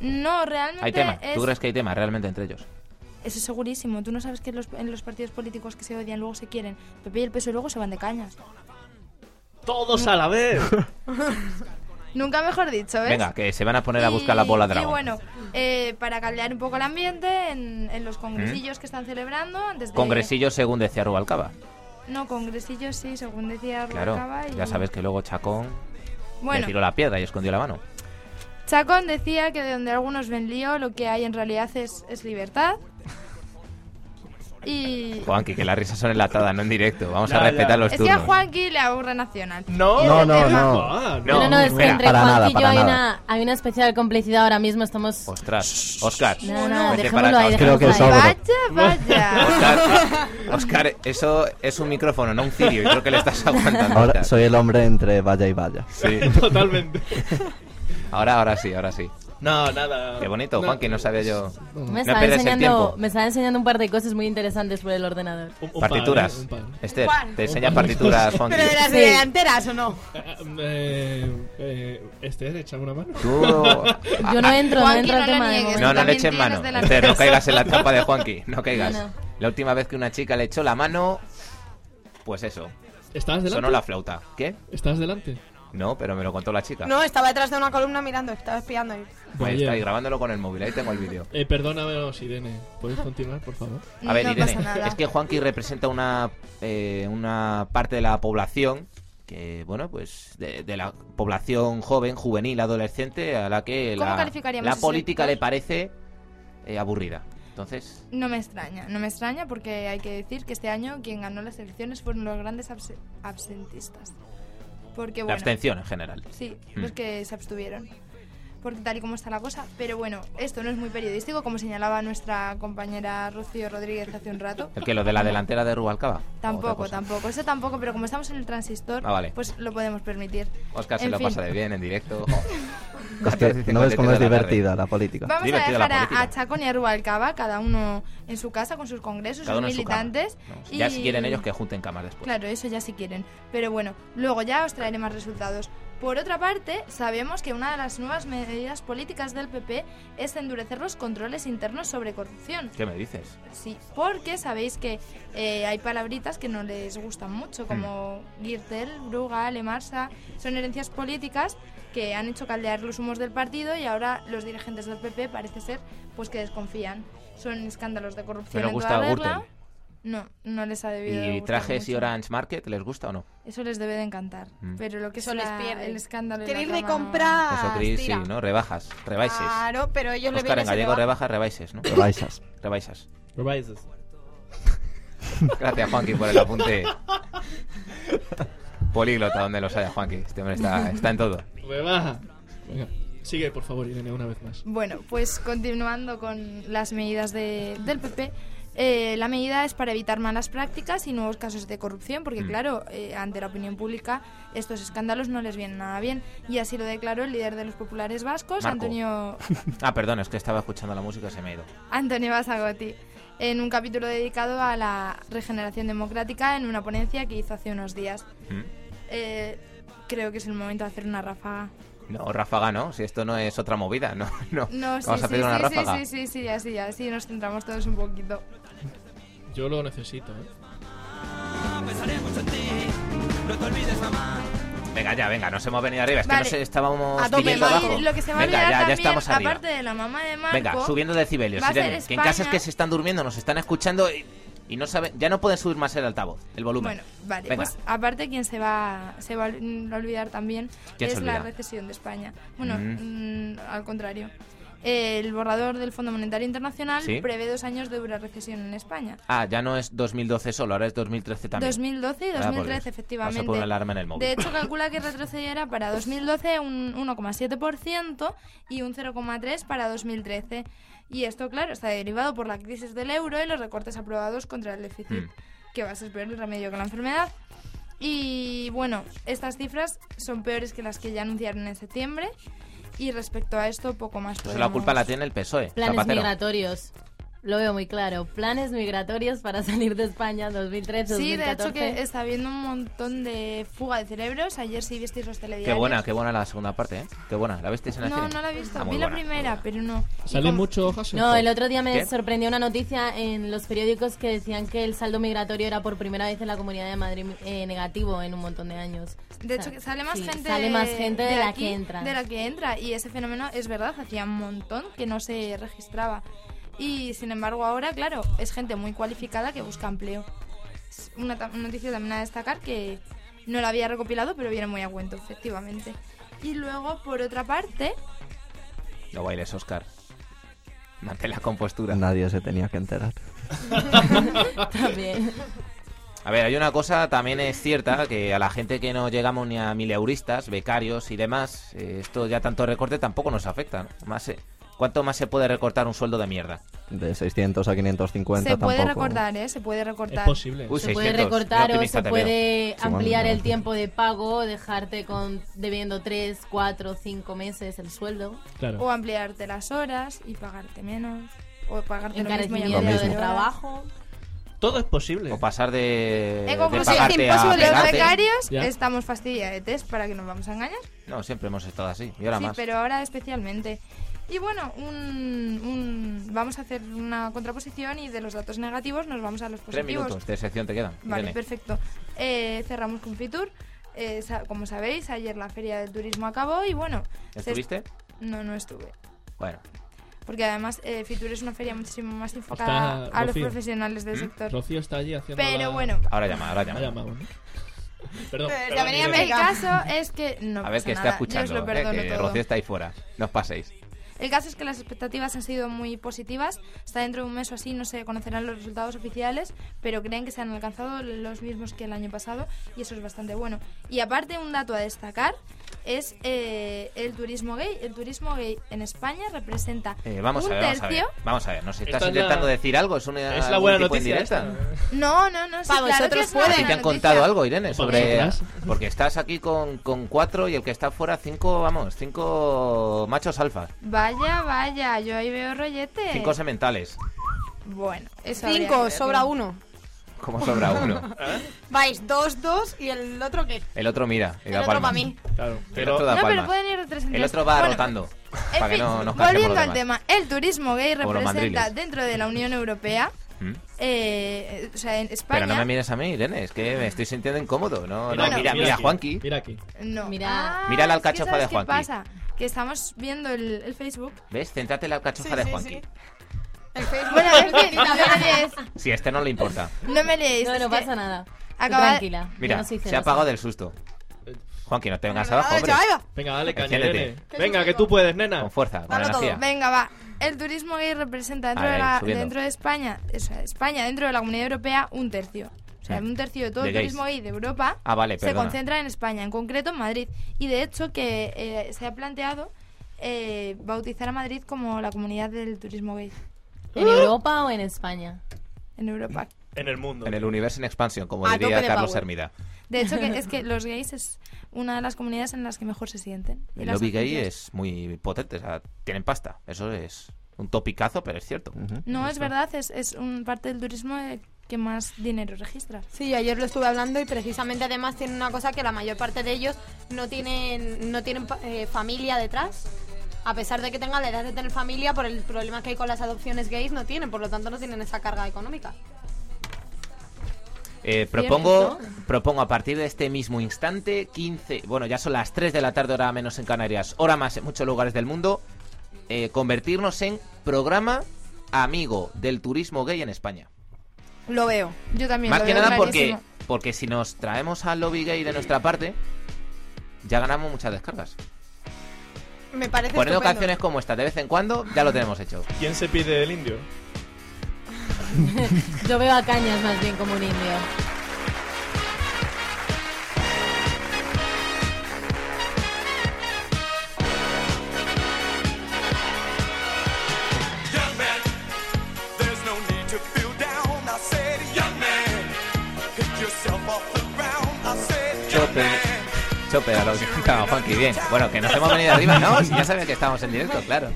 S8: No, realmente
S3: Hay tema.
S8: es...
S3: ¿Tú crees que hay tema realmente entre ellos?
S8: Eso es segurísimo. Tú no sabes que los- en los partidos políticos que se odian luego se quieren. PP y el PSOE luego se van de cañas.
S1: Todos a la vez.
S8: Nunca mejor dicho, ¿ves?
S3: Venga, que se van a poner a
S8: Y-
S3: buscar la bola dragón.
S8: Y bueno, eh, para caldear un poco el ambiente, en, en los congresillos que están celebrando, antes de...
S3: Mm. Congresillos según decía Rubalcaba.
S8: No, congresillos sí, según decía
S3: Claro,
S8: Rubalcaba y-
S3: ya sabes que luego Chacón le
S8: Bueno,
S3: tiró la piedra y escondió la mano.
S8: Chacón decía que de donde algunos ven lío, lo que hay en realidad es, es libertad. Y...
S3: Juanqui, que las risas son enlatadas, no en directo. Vamos
S1: Ya,
S3: a
S1: ya.
S3: respetar los
S8: Es que
S3: turnos.
S8: a Juanqui le aburre Nacional.
S1: No,
S4: No, no,
S8: Emma.
S4: no.
S1: Ah,
S3: No,
S6: no, no, es que
S3: venga,
S6: entre
S4: para
S6: Juanqui
S4: nada,
S6: y yo
S4: para
S6: hay
S4: nada. Pues,
S6: una, hay una especial complicidad ahora mismo. Estamos.
S3: Ostras, Oscar.
S6: No, no,
S3: vente
S6: dejémoslo
S3: para acá,
S6: ahí,
S3: Óscar.
S4: Creo que es
S6: Ay,
S4: algo.
S8: Vaya, vaya.
S3: Oscar, Oscar, eso es un micrófono, no un cirio. Yo creo que le estás aguantando.
S4: Ahora
S3: Ahora,
S4: soy el hombre entre valla y valla.
S3: sí.
S1: Totalmente.
S3: ahora, ahora sí, ahora sí.
S1: No, nada.
S3: Qué bonito,
S1: No,
S3: Juanqui, no sabía yo.
S6: Me
S3: no
S6: estaba,
S3: pierdes el
S6: enseñando,
S3: tiempo.
S6: me estaba enseñando un par de cosas muy interesantes por el ordenador.
S1: un- un par, ¿eh?
S3: Partituras.
S1: Un par.
S3: Esther,
S2: Juan.
S3: te enseña partituras, Juanqui.
S2: ¿Pero de las
S6: Sí.
S2: delanteras o no?
S5: Ah,
S1: Eh, eh,
S5: este,
S1: Esther, échame una mano.
S3: Tú...
S6: Yo no entro, no
S8: Ah, Juanqui,
S6: entro al
S8: no lo
S6: tema de
S8: niegues.
S6: momento.
S3: No, no le
S8: También
S3: eches
S8: tienes
S3: mano.
S8: de la
S3: Esther, no
S8: empresa.
S3: caigas en la trampa de Juanqui. No caigas.
S6: No.
S3: La última vez que una chica le echó la mano, pues eso.
S1: ¿Estabas delante?
S3: Sonó la flauta. ¿Qué?
S1: ¿Estabas delante?
S3: No, pero me lo contó la chica.
S2: No, estaba detrás de una columna mirando, estaba espiando. ahí.
S3: Ahí está, y
S1: Vaya.
S3: grabándolo con el móvil. Ahí tengo el vídeo.
S1: Eh, perdónamenos, Irene. ¿Puedes continuar, por favor?
S3: A ver,
S8: no
S3: Irene,
S8: pasa nada.
S3: es que Juanqui representa una, eh, una parte de la población que, bueno, pues de, de la población joven, juvenil, adolescente, a la que
S8: ¿Cómo
S3: la,
S8: calificaríamos
S3: la
S8: ese
S3: política
S8: sector?
S3: le parece eh, aburrida. Entonces,
S8: No me extraña, no me extraña porque hay que decir que este año quien ganó las elecciones fueron los grandes abse- absentistas. Porque
S3: la
S8: bueno,
S3: abstención en general.
S8: sí,
S3: Mm.
S8: los que se abstuvieron. Porque tal y como está la cosa, pero bueno, esto no es muy periodístico como señalaba nuestra compañera Rocío Rodríguez hace un rato.
S3: ¿El que ¿Lo de la delantera de Rubalcaba? Otra
S8: Tampoco,
S3: cosa.
S8: tampoco, eso tampoco, pero como estamos en el transistor,
S3: Ah, vale.
S8: pues lo podemos permitir.
S3: Oscar se
S8: En
S3: lo
S8: fin.
S3: pasa de bien en directo.
S4: Es que no ves cómo
S3: 4:57 de la
S4: es divertida la política.
S8: Vamos a
S3: Divertida la
S8: dejar a,
S3: política.
S8: a Chacón y a Rubalcaba, cada uno en su casa, con sus congresos,
S3: Cada
S8: sus
S3: uno en su cama.
S8: militantes.
S3: No,
S8: y-
S3: Ya si quieren ellos que junten pues, camas después.
S8: Claro, eso ya si quieren. Pero bueno, luego ya os traeré más resultados. Por otra parte, sabemos que una de las nuevas medidas políticas del PP es endurecer los controles internos sobre corrupción.
S3: ¿Qué me dices?
S8: Sí, porque sabéis que eh, hay palabritas que no les gustan
S3: Hmm.
S8: mucho, como Girtel, Brugal, Emarsa. Son herencias políticas que han hecho caldear los humos del partido y ahora los dirigentes del PP parece ser pues que desconfían. Son escándalos de corrupción
S3: ¿No le
S8: en
S3: gusta
S8: toda regla.
S3: Gürtel?
S8: No, no les ha debido de
S3: ¿Y
S8: gustar
S3: trajes y
S8: mucho.
S3: Orange Market les gusta o no?
S8: Eso les debe de encantar.
S3: Mm.
S8: Pero lo que es
S2: Eso les
S8: la-
S2: pierde.
S8: el escándalo. y la
S2: Queréis de
S8: trama no-
S2: comprar.
S3: Eso, Cris, sí,
S2: tira.
S3: ¿no? Rebajas, rebaises.
S2: Claro, pero ellos le
S3: Oscar,
S2: vienen
S3: en
S2: ese
S3: gallego
S2: debate.
S3: rebajas, rebaises, ¿no?
S4: Rebaixas.
S3: Rebaixas.
S1: Revises.
S3: Gracias, Juanqui, por el apunte. Políglota, donde los haya, Juanqui. Este hombre está, está en todo.
S1: Rebaja. Venga. Sigue, por favor, Irene, una vez más.
S8: Bueno, pues continuando con las medidas de- del PP. eh, la medida es para evitar malas prácticas y nuevos casos de corrupción, porque
S3: Mm.
S8: claro, eh, ante la opinión pública estos escándalos no les vienen nada bien. Y así lo declaró el líder de los populares vascos,
S3: Marco.
S8: Pues, Antonio
S3: Ah, perdón, es que estaba escuchando la música y se me ha ido.
S8: Antonio Basagotti en un capítulo dedicado a la regeneración democrática en una ponencia que hizo hace unos días.
S3: ¿Mm?
S8: Eh, creo que es el momento de hacer una ráfaga.
S3: No, ráfaga no, si esto no es otra movida, no, no.
S8: No, sí,
S3: Vamos a
S8: sí,
S3: pedir una
S8: sí,
S3: ráfaga.
S8: sí, sí, sí, sí, así, así nos centramos todos un poquito.
S1: Yo lo necesito, ¿eh?
S3: Venga, ya, venga, nos hemos venido arriba. Es que
S8: Vale.
S3: no sé, estábamos
S2: A tope,
S3: viniendo
S2: Mari,
S3: abajo.
S8: Y lo que se va a
S3: venga,
S8: olvidar
S3: ya, ya
S8: también,
S3: estamos arriba.
S8: aparte de Eh, la mamá de Marco,
S3: Venga, subiendo decibelios,
S8: va a ser
S3: Irene, Que en casa es
S8: España.
S3: que se están durmiendo, nos están escuchando y, y no saben, ya no pueden subir más el altavoz, el volumen.
S8: Bueno, vale,
S3: Venga.
S8: pues aparte quien se va, se va a olvidar también
S3: ¿Quién se
S8: es la
S3: olvida?
S8: recesión de España. Bueno,
S3: Mm.
S8: mm, al contrario. El borrador del Fondo Monetario Internacional
S3: ¿Sí?
S8: prevé dos años de dura recesión en España.
S3: Ah, ya no es 2012 solo, ahora es 2013 también.
S8: 2012 y
S3: Ah, por
S8: 2013,
S3: Dios.
S8: efectivamente.
S3: Vamos a poner una alarma en el móvil.
S8: De hecho, calcula que retrocediera para 2012 un 1,7% y un 0,3% para 2013. Y esto, claro, está derivado por la crisis del euro y los recortes aprobados contra el déficit,
S3: Mm.
S8: que va a ser peor el remedio que la enfermedad. Y bueno, estas cifras son peores que las que ya anunciaron en septiembre. Y respecto a esto, poco más.
S3: Pues la culpa la
S8: podemos-
S3: tiene el PSOE. E,
S6: Planes
S3: Zapatero.
S6: migratorios. Lo veo muy claro. Planes migratorios para salir de España 2013-2014.
S8: Sí, de hecho que está habiendo un montón de fuga de cerebros. Ayer sí visteis los
S3: Qué
S8: telediarios.
S3: buena, qué buena la segunda parte, ¿eh? Qué buena. ¿La visteis en la
S8: No,
S3: cine?
S8: no la he visto.
S3: Ah, muy
S8: Vi la
S3: buena.
S8: primera, pero no. Y
S5: ¿Salen
S8: con-
S5: mucho hojas?
S6: No, el otro día me
S3: ¿Qué?
S6: sorprendió una noticia en los periódicos que decían que el saldo migratorio era por primera vez en la Comunidad de Madrid eh, negativo en un montón de años.
S8: De
S6: O
S8: hecho,
S6: sea,
S8: que sale más
S6: sí,
S8: gente.
S6: Sale más gente de, la
S8: aquí,
S6: que entra.
S8: De la que entra. Y ese fenómeno es verdad, hacía un montón que no se registraba. Y sin embargo, ahora, claro, es gente muy cualificada que busca empleo. Es una, ta- una noticia también a destacar que no la había recopilado, pero viene muy a cuento, efectivamente. Y luego, por otra parte,
S3: No bailes, Oscar. Mantén la compostura.
S4: Nadie se tenía que enterar.
S6: También.
S3: A ver, hay una cosa también es cierta, que a la gente que no llegamos ni a mileuristas, becarios y demás, eh, esto ya tanto recorte tampoco nos afecta. ¿no? Más, eh, ¿Cuánto más se puede recortar un sueldo de mierda?
S4: De 600 a 550
S8: se puede
S4: tampoco.
S8: recortar, ¿eh? Se puede
S5: Es
S8: recortar.
S5: posible.
S3: Uy,
S6: se puede
S3: 600, qué
S6: recortar o
S3: optimista
S6: se
S3: te veo.
S6: puede
S4: Sí,
S6: ampliar
S4: bueno,
S6: el
S4: no.
S6: tiempo de pago, dejarte con debiendo 3, 4, 5 meses el sueldo.
S5: Claro.
S8: O ampliarte las horas y pagarte menos. O pagarte lo mismo y
S6: Encarecimiento
S4: Lo
S8: ampliarte
S4: mismo.
S6: del
S8: horas.
S6: trabajo.
S5: Todo es posible.
S3: O pasar de,
S8: En
S3: de
S8: conclusión,
S3: pagarte a
S8: impuestos de los
S3: pegarte.
S8: becarios,
S5: Ya.
S8: estamos fastidiadetes para que nos vamos a engañar.
S3: No, siempre hemos estado así, y ahora
S8: sí,
S3: más.
S8: pero ahora especialmente. Y bueno, un, un- vamos a hacer una contraposición y de los datos negativos nos vamos a los
S3: Tres
S8: positivos.
S3: minutos de sección te quedan.
S8: Vale,
S3: Irene.
S8: perfecto. Eh, cerramos con Fitur. Eh, sa- como sabéis, ayer la feria del turismo acabó y bueno... se-
S3: ¿Estuviste?
S8: No, no estuve.
S3: Bueno,
S8: Porque además eh, Fitur es una feria muchísimo más enfocada
S5: Está
S8: a los
S5: Rocío.
S8: profesionales
S4: Mm.
S8: del sector.
S5: Rocío está allí haciendo. la-
S8: Pero bueno,
S3: ahora llama, ahora
S5: La
S3: llama.
S5: llamado, ¿no? Perdón.
S2: Eh,
S5: perdón,
S2: la venía
S5: Miguel.
S8: el caso es que... No
S3: A ver,
S8: pasa
S3: que está
S8: nada, yo os
S3: escuchando,
S8: lo
S3: eh,
S8: perdono
S3: que
S8: todo.
S3: Rocío está ahí fuera. No os paséis.
S8: El caso es que las expectativas han sido muy positivas. Hasta dentro de un mes o así no se conocerán los resultados oficiales, pero creen que se han alcanzado los mismos que el año pasado y eso es bastante bueno. Y aparte, un dato a destacar es eh, el turismo gay. El turismo gay en España representa
S3: Eh, vamos
S8: un
S3: a ver, vamos a ver.
S8: tercio.
S3: Vamos a ver, ¿nos estás
S5: Esta es la-
S3: intentando decir algo? ¿Es, una,
S5: Es la
S3: algún
S5: buena
S3: Ah, tipo
S5: noticia
S3: indirecta?
S5: esta.
S8: No, no, no. Sí,
S2: Pa'
S8: claro que
S2: vosotros
S3: ¿A
S2: puede.
S8: es una
S3: ti
S8: buena
S3: te han
S8: noticia.
S3: contado algo, Irene,
S5: Por
S3: sobre...
S5: detrás.
S3: Porque estás aquí con, con cuatro y el que está fuera cinco, vamos, cinco machos alfa,
S8: Vaya, vaya, yo ahí veo rollete.
S3: cinco sementales,
S8: Bueno, eso habría que
S2: Cinco,
S8: verlo.
S2: sobra uno.
S3: como sobra uno.
S2: Vais dos, dos y el otro qué?
S3: El otro mira, y
S2: El
S3: da
S2: otro
S3: palmas.
S2: para mí.
S5: Claro.
S3: El
S5: Pero
S3: otro da
S8: No, pero
S3: palmas.
S8: pueden ir de tres
S3: El
S8: en tres.
S3: otro va
S8: Bueno,
S3: rotando,
S8: En
S3: para que
S8: fin,
S3: no nos cansemos
S8: volviendo
S3: los
S8: al
S3: demás.
S8: tema, el turismo gay
S3: Como los
S8: representa
S3: mandriles.
S8: dentro de la Unión Europea,
S3: ¿Mm?
S8: eh, o sea, en España.
S3: Pero no me mires a mí, Irene, es que me estoy sintiendo incómodo. No, no,
S8: Bueno,
S3: mira,
S8: sí,
S3: mira a
S5: aquí,
S3: Juanqui.
S5: Mira aquí.
S8: no.
S6: Mira-
S3: mira la
S8: Ah, es que
S3: alcachofa
S8: ¿sabes
S3: de Juanqui.
S8: ¿Qué pasa? Que estamos viendo el, el Facebook.
S3: ¿Ves? Céntrate en la cachofa
S2: Sí,
S3: de
S2: sí,
S3: Juanqui.
S2: sí. El Facebook.
S8: Bueno, es que no me leéis.
S3: Si a este no le importa.
S8: No me leéis.
S6: No,
S8: es
S6: no
S8: que
S6: pasa nada.
S8: acaba-
S6: Tranquila. yo
S3: Mira,
S6: no soy
S3: se
S6: celosa.
S3: ha apagado del susto. Juanqui, no te
S8: eh,
S3: vengas abajo, hombre.
S2: Ahí va.
S5: Venga, dale caña,
S3: Enciéndete.
S5: Irene. Venga, que tú puedes, nena.
S3: Con fuerza, con
S2: Dalo todo,
S3: energía.
S8: Venga, va. El turismo gay representa dentro,
S3: A ver,
S8: de, la-
S3: subiendo.
S8: dentro de España, o sea, España, dentro de la Comunidad Europea, un tercio. O sea,
S3: Mm.
S8: un tercio de todo
S3: De
S8: el
S3: gays.
S8: turismo gay de Europa
S3: Ah, vale,
S8: se
S3: perdona.
S8: concentra en España, en concreto en Madrid. Y de hecho que eh, se ha planteado eh, bautizar a Madrid como la comunidad del turismo gay Uh.
S6: ¿En Europa o en España?
S8: en Europa.
S5: En el mundo.
S3: En el universo en expansión, como
S2: A tope
S3: diría
S2: de
S3: Carlos
S2: power.
S3: Hermida.
S8: De hecho que es que los gays es una de las comunidades en las que mejor se sienten. Y
S3: El
S8: las
S3: lobby gay
S8: agencias-
S3: es muy potente, o sea, tienen pasta. Eso es un topicazo, pero es cierto.
S8: No, es verdad, es, es un parte del turismo eh, que más dinero registra.
S2: Sí, yo ayer lo estuve hablando y precisamente además tienen una cosa que la mayor parte de ellos no tienen, no tienen pa- eh, familia detrás. A pesar de que tengan la edad de tener familia, por el problema que hay con las adopciones gays, no tienen, por lo tanto no tienen esa carga económica.
S3: Eh, propongo, propongo a partir de este mismo instante, 15, bueno, ya son las 3 de la tarde, hora menos en Canarias, hora más en muchos lugares del mundo, eh, convertirnos en programa amigo del turismo gay en España.
S8: Lo veo. Yo también.
S3: Más
S8: lo
S3: que
S8: veo
S3: nada porque,
S8: clarísimo.
S3: porque si nos traemos al lobby gay de nuestra parte, ya ganamos muchas descargas.
S2: Me parece
S3: Poniendo
S2: estupendo.
S3: canciones como esta de vez en cuando, ya lo tenemos hecho.
S5: ¿Quién se pide el indio?
S6: Yo veo a Cañas más bien como un indio.
S9: Young man, there's no need to feel down. I said, young man, pick yourself off the ground. I said, young
S3: Chope.
S9: man.
S3: Chope a lo que cantaba Funky, bien. Bueno, que nos hemos venido arriba, ¿no? Si ya saben que estamos en directo, claro.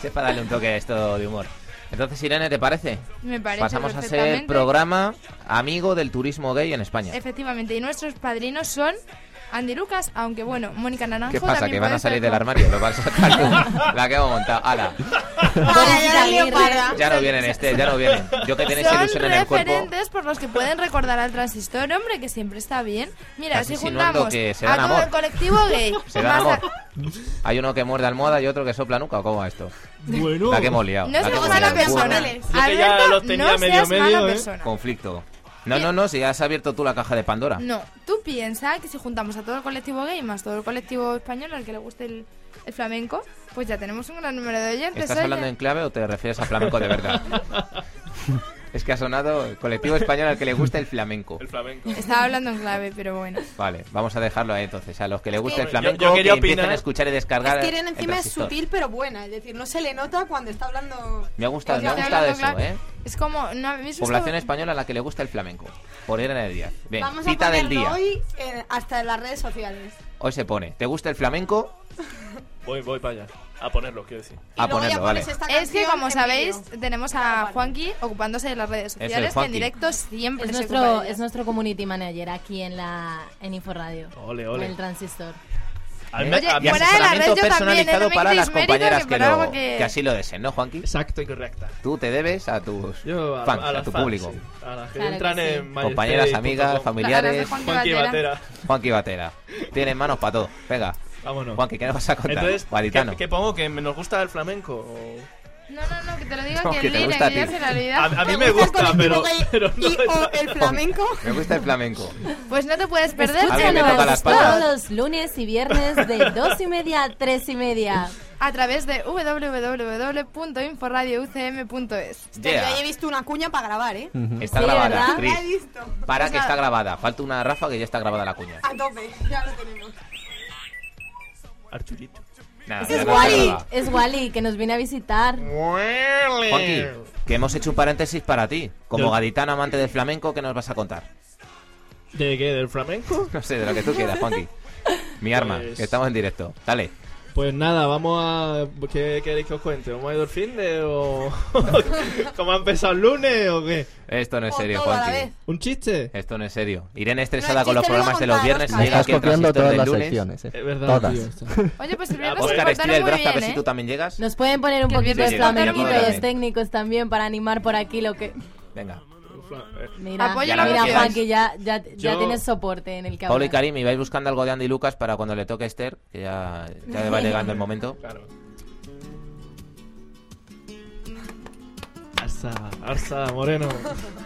S3: Si es para darle un toque a esto de humor. Entonces, Irene, ¿te parece?
S8: Me parece
S3: Pasamos a ser
S8: perfectamente. Eh,
S3: programa amigo del turismo gay en España.
S8: Efectivamente, y nuestros padrinos son Andy Lucas, aunque bueno, Mónica Naranjo
S3: ¿Qué pasa?
S8: también
S3: ¿Que van
S8: puede
S3: a salir
S8: ser-
S3: del armario? ¿Lo vas a sacar tú? La que hemos montado. ¡Hala! Ya no vienen, este, ya no vienen. Yo que tenéis
S8: Son
S3: ilusión en el cuerpo.
S8: referentes por los que pueden recordar al transistor, hombre, que siempre está bien. Mira,
S3: Estás
S8: si
S3: insinuando
S8: juntamos
S3: que se
S8: a
S3: dan
S8: todo
S3: amor.
S8: el colectivo gay,
S3: Se dan
S8: más a-
S3: amor. Hay uno que muerde almohada y otro que sopla nuca. ¿o ¿Cómo va esto?
S5: Bueno.
S3: La que hemos liado.
S8: no
S3: la que
S8: seas
S3: hemos
S8: mala
S3: liado.
S8: persona.
S3: Buah,
S5: Yo que ya
S8: Alberto,
S5: los tenía
S8: no
S5: medio,
S8: seas
S5: medio,
S8: mala
S5: ¿eh?
S8: persona.
S3: Conflicto. No, no, no, si ya has abierto tú la caja de Pandora.
S8: No, tú piensas que si juntamos a todo el colectivo gay más todo el colectivo español al que le guste el, el flamenco, pues ya tenemos un gran número de oyentes.
S3: ¿Estás
S8: oye.
S3: hablando en clave o te refieres a flamenco de verdad? es que ha sonado el colectivo español al que le gusta el flamenco.
S5: El flamenco.
S8: Estaba hablando en clave, pero bueno.
S3: Vale, vamos a dejarlo ahí entonces. A los que le gusta el
S5: Yo-
S3: flamenco,
S5: yo quería
S3: que empiecen
S5: opinar-
S3: a escuchar y descargar.
S2: Es que Irene
S3: el
S2: encima es
S3: transistor.
S2: sutil pero buena, es decir, no se le nota cuando está hablando...
S3: Me ha gustado, me ha gustado
S8: Estoy hablando
S3: eso,
S8: clave.
S3: ¿eh?
S8: Es como. No, habéis visto-
S3: Población española a la que le gusta el flamenco. Por Irene Díaz. Bien,
S2: Vamos
S3: cita
S2: a
S3: del
S2: ponerlo
S3: día.
S2: hoy eh, hasta en las redes sociales.
S3: Hoy se pone. ¿Te gusta el flamenco?
S5: Voy, voy para allá. A ponerlo, quiero decir.
S3: A
S2: luego ya
S3: ponerlo, vale.
S2: pones esta
S8: Es que,
S2: canción
S8: como
S2: en
S8: sabéis,
S2: medio.
S8: tenemos
S2: Ah,
S8: a
S2: vale.
S8: Juanqui ocupándose de las redes
S3: el
S8: sociales, que en
S3: Juanqui.
S8: directo siempre
S6: Es
S8: se
S6: nuestro,
S8: ocupa de
S6: es
S8: ellas.
S6: nuestro community manager aquí en la en Inforadio.
S5: Ole,
S6: En
S5: ole.
S6: el transistor.
S5: Al me-
S8: Oye,
S5: a mí-
S8: fuera de la red
S3: Asesoramiento
S8: yo también, ¿eh?
S3: personalizado
S8: No me
S3: para
S8: quitéis
S3: las
S8: mérito,
S3: compañeras
S8: que
S3: que,
S8: por algo
S3: lo-
S8: que-
S3: que así lo deseen, ¿no, Juanqui?
S5: Exacto y correcta.
S3: Tú te debes a tus
S5: Yo a,
S3: fans,
S5: a
S3: a,
S5: las
S3: tu
S5: fans,
S3: público.
S5: sí. A las que
S6: Claro que
S5: entran
S6: sí.
S5: en
S3: Compañeras,
S5: myspace.com.
S3: amigas,
S8: Las
S3: familiares.
S8: de Juan-
S5: Juanqui
S8: Batera.
S5: Batera.
S3: Juanqui Batera. Tienen manos para todo. Venga,
S5: Vámonos.
S3: Juanqui, ¿qué nos vas a contar?
S5: Entonces,
S3: Guaditano.
S5: ¿qué, qué pongo? ¿Que me- nos gusta el flamenco? o-
S8: No, no, no, que te lo digo
S3: No,
S8: que,
S3: que
S8: el
S3: te
S8: Lire,
S3: gusta a
S8: que ya
S3: ti.
S8: se le olvida.
S5: A, a mí me gusta, pero, pero no
S2: Y o el flamenco...
S3: Me gusta el flamenco.
S8: Pues no te puedes perder.
S3: Alguien me toca las
S6: Escúchanos
S3: palmas.
S6: todos los lunes y viernes de dos y media a tres y media.
S8: a través de www.inforradioucm.es.
S2: Pero
S3: Yeah. Mm.
S2: Yo ahí he visto una cuña para grabar, ¿eh?
S3: Está
S6: Sí,
S3: grabada,
S6: ¿verdad?
S2: La he
S3: Cris.
S2: visto.
S3: Para que está grabada. Falta una rafa que ya está grabada la
S8: Ah,
S3: cuña.
S2: A tope, ya lo tenemos.
S5: Ah, Archulito.
S3: Nada,
S6: Ese
S3: ya
S6: es
S3: no está
S6: Wally.
S3: grabada.
S6: Es Wally que nos viene a visitar.
S3: Juanqui, que hemos hecho un paréntesis para ti. Como
S5: Eh. Yo-
S3: gaditano amante del flamenco, ¿qué nos vas a contar?
S5: ¿De qué? ¿Del flamenco?
S3: No sé, de lo que tú quieras, Juanqui. Mi arma,
S5: Pues-
S3: que estamos en directo. Dale.
S5: Pues nada, vamos a... ¿Qué queréis que os cuente? ¿Vamos a ir al fin de o...? ¿Cómo ha empezado el lunes o qué?
S3: Esto no es
S2: O
S3: serio,
S2: todo a la
S3: Juanqui.
S2: vez.
S5: ¿Un chiste?
S3: Esto no es serio. Irene
S2: No,
S3: estresada
S2: el
S3: con los
S2: chiste lo iba a
S3: programas de los
S2: contar,
S3: viernes.
S2: Oscar.
S3: llega
S4: Estás
S3: aquí el
S4: copiando
S3: transistor
S4: todas
S3: del
S4: las
S3: lunes.
S4: secciones. eh.
S5: Es verdad,
S4: todas.
S5: tío, esto.
S8: Oye, pues el viernes
S5: pues,
S3: Oscar,
S8: se
S3: estira
S8: portaron
S3: el
S8: muy
S3: brazo a
S8: bien,
S3: ver si
S8: ¿eh?
S3: tú también llegas.
S6: Nos pueden poner un
S8: Que el
S6: poquito de
S8: viernes nos
S6: flamenquito
S8: vemos.
S6: los técnicos también para animar por aquí lo que.
S3: Venga.
S6: Mira,
S8: Apoyo
S3: lo que
S6: mira
S3: quieras.
S6: Juan, que ya, ya, ya
S5: Yo-
S6: tienes soporte en el que
S3: Pablo y
S6: hablar.
S3: Karim, ibais buscando algo de Andy Lucas para cuando le toque a Esther, que ya, ya va llegando el momento.
S5: Claro. Arsa, Arsa, Moreno.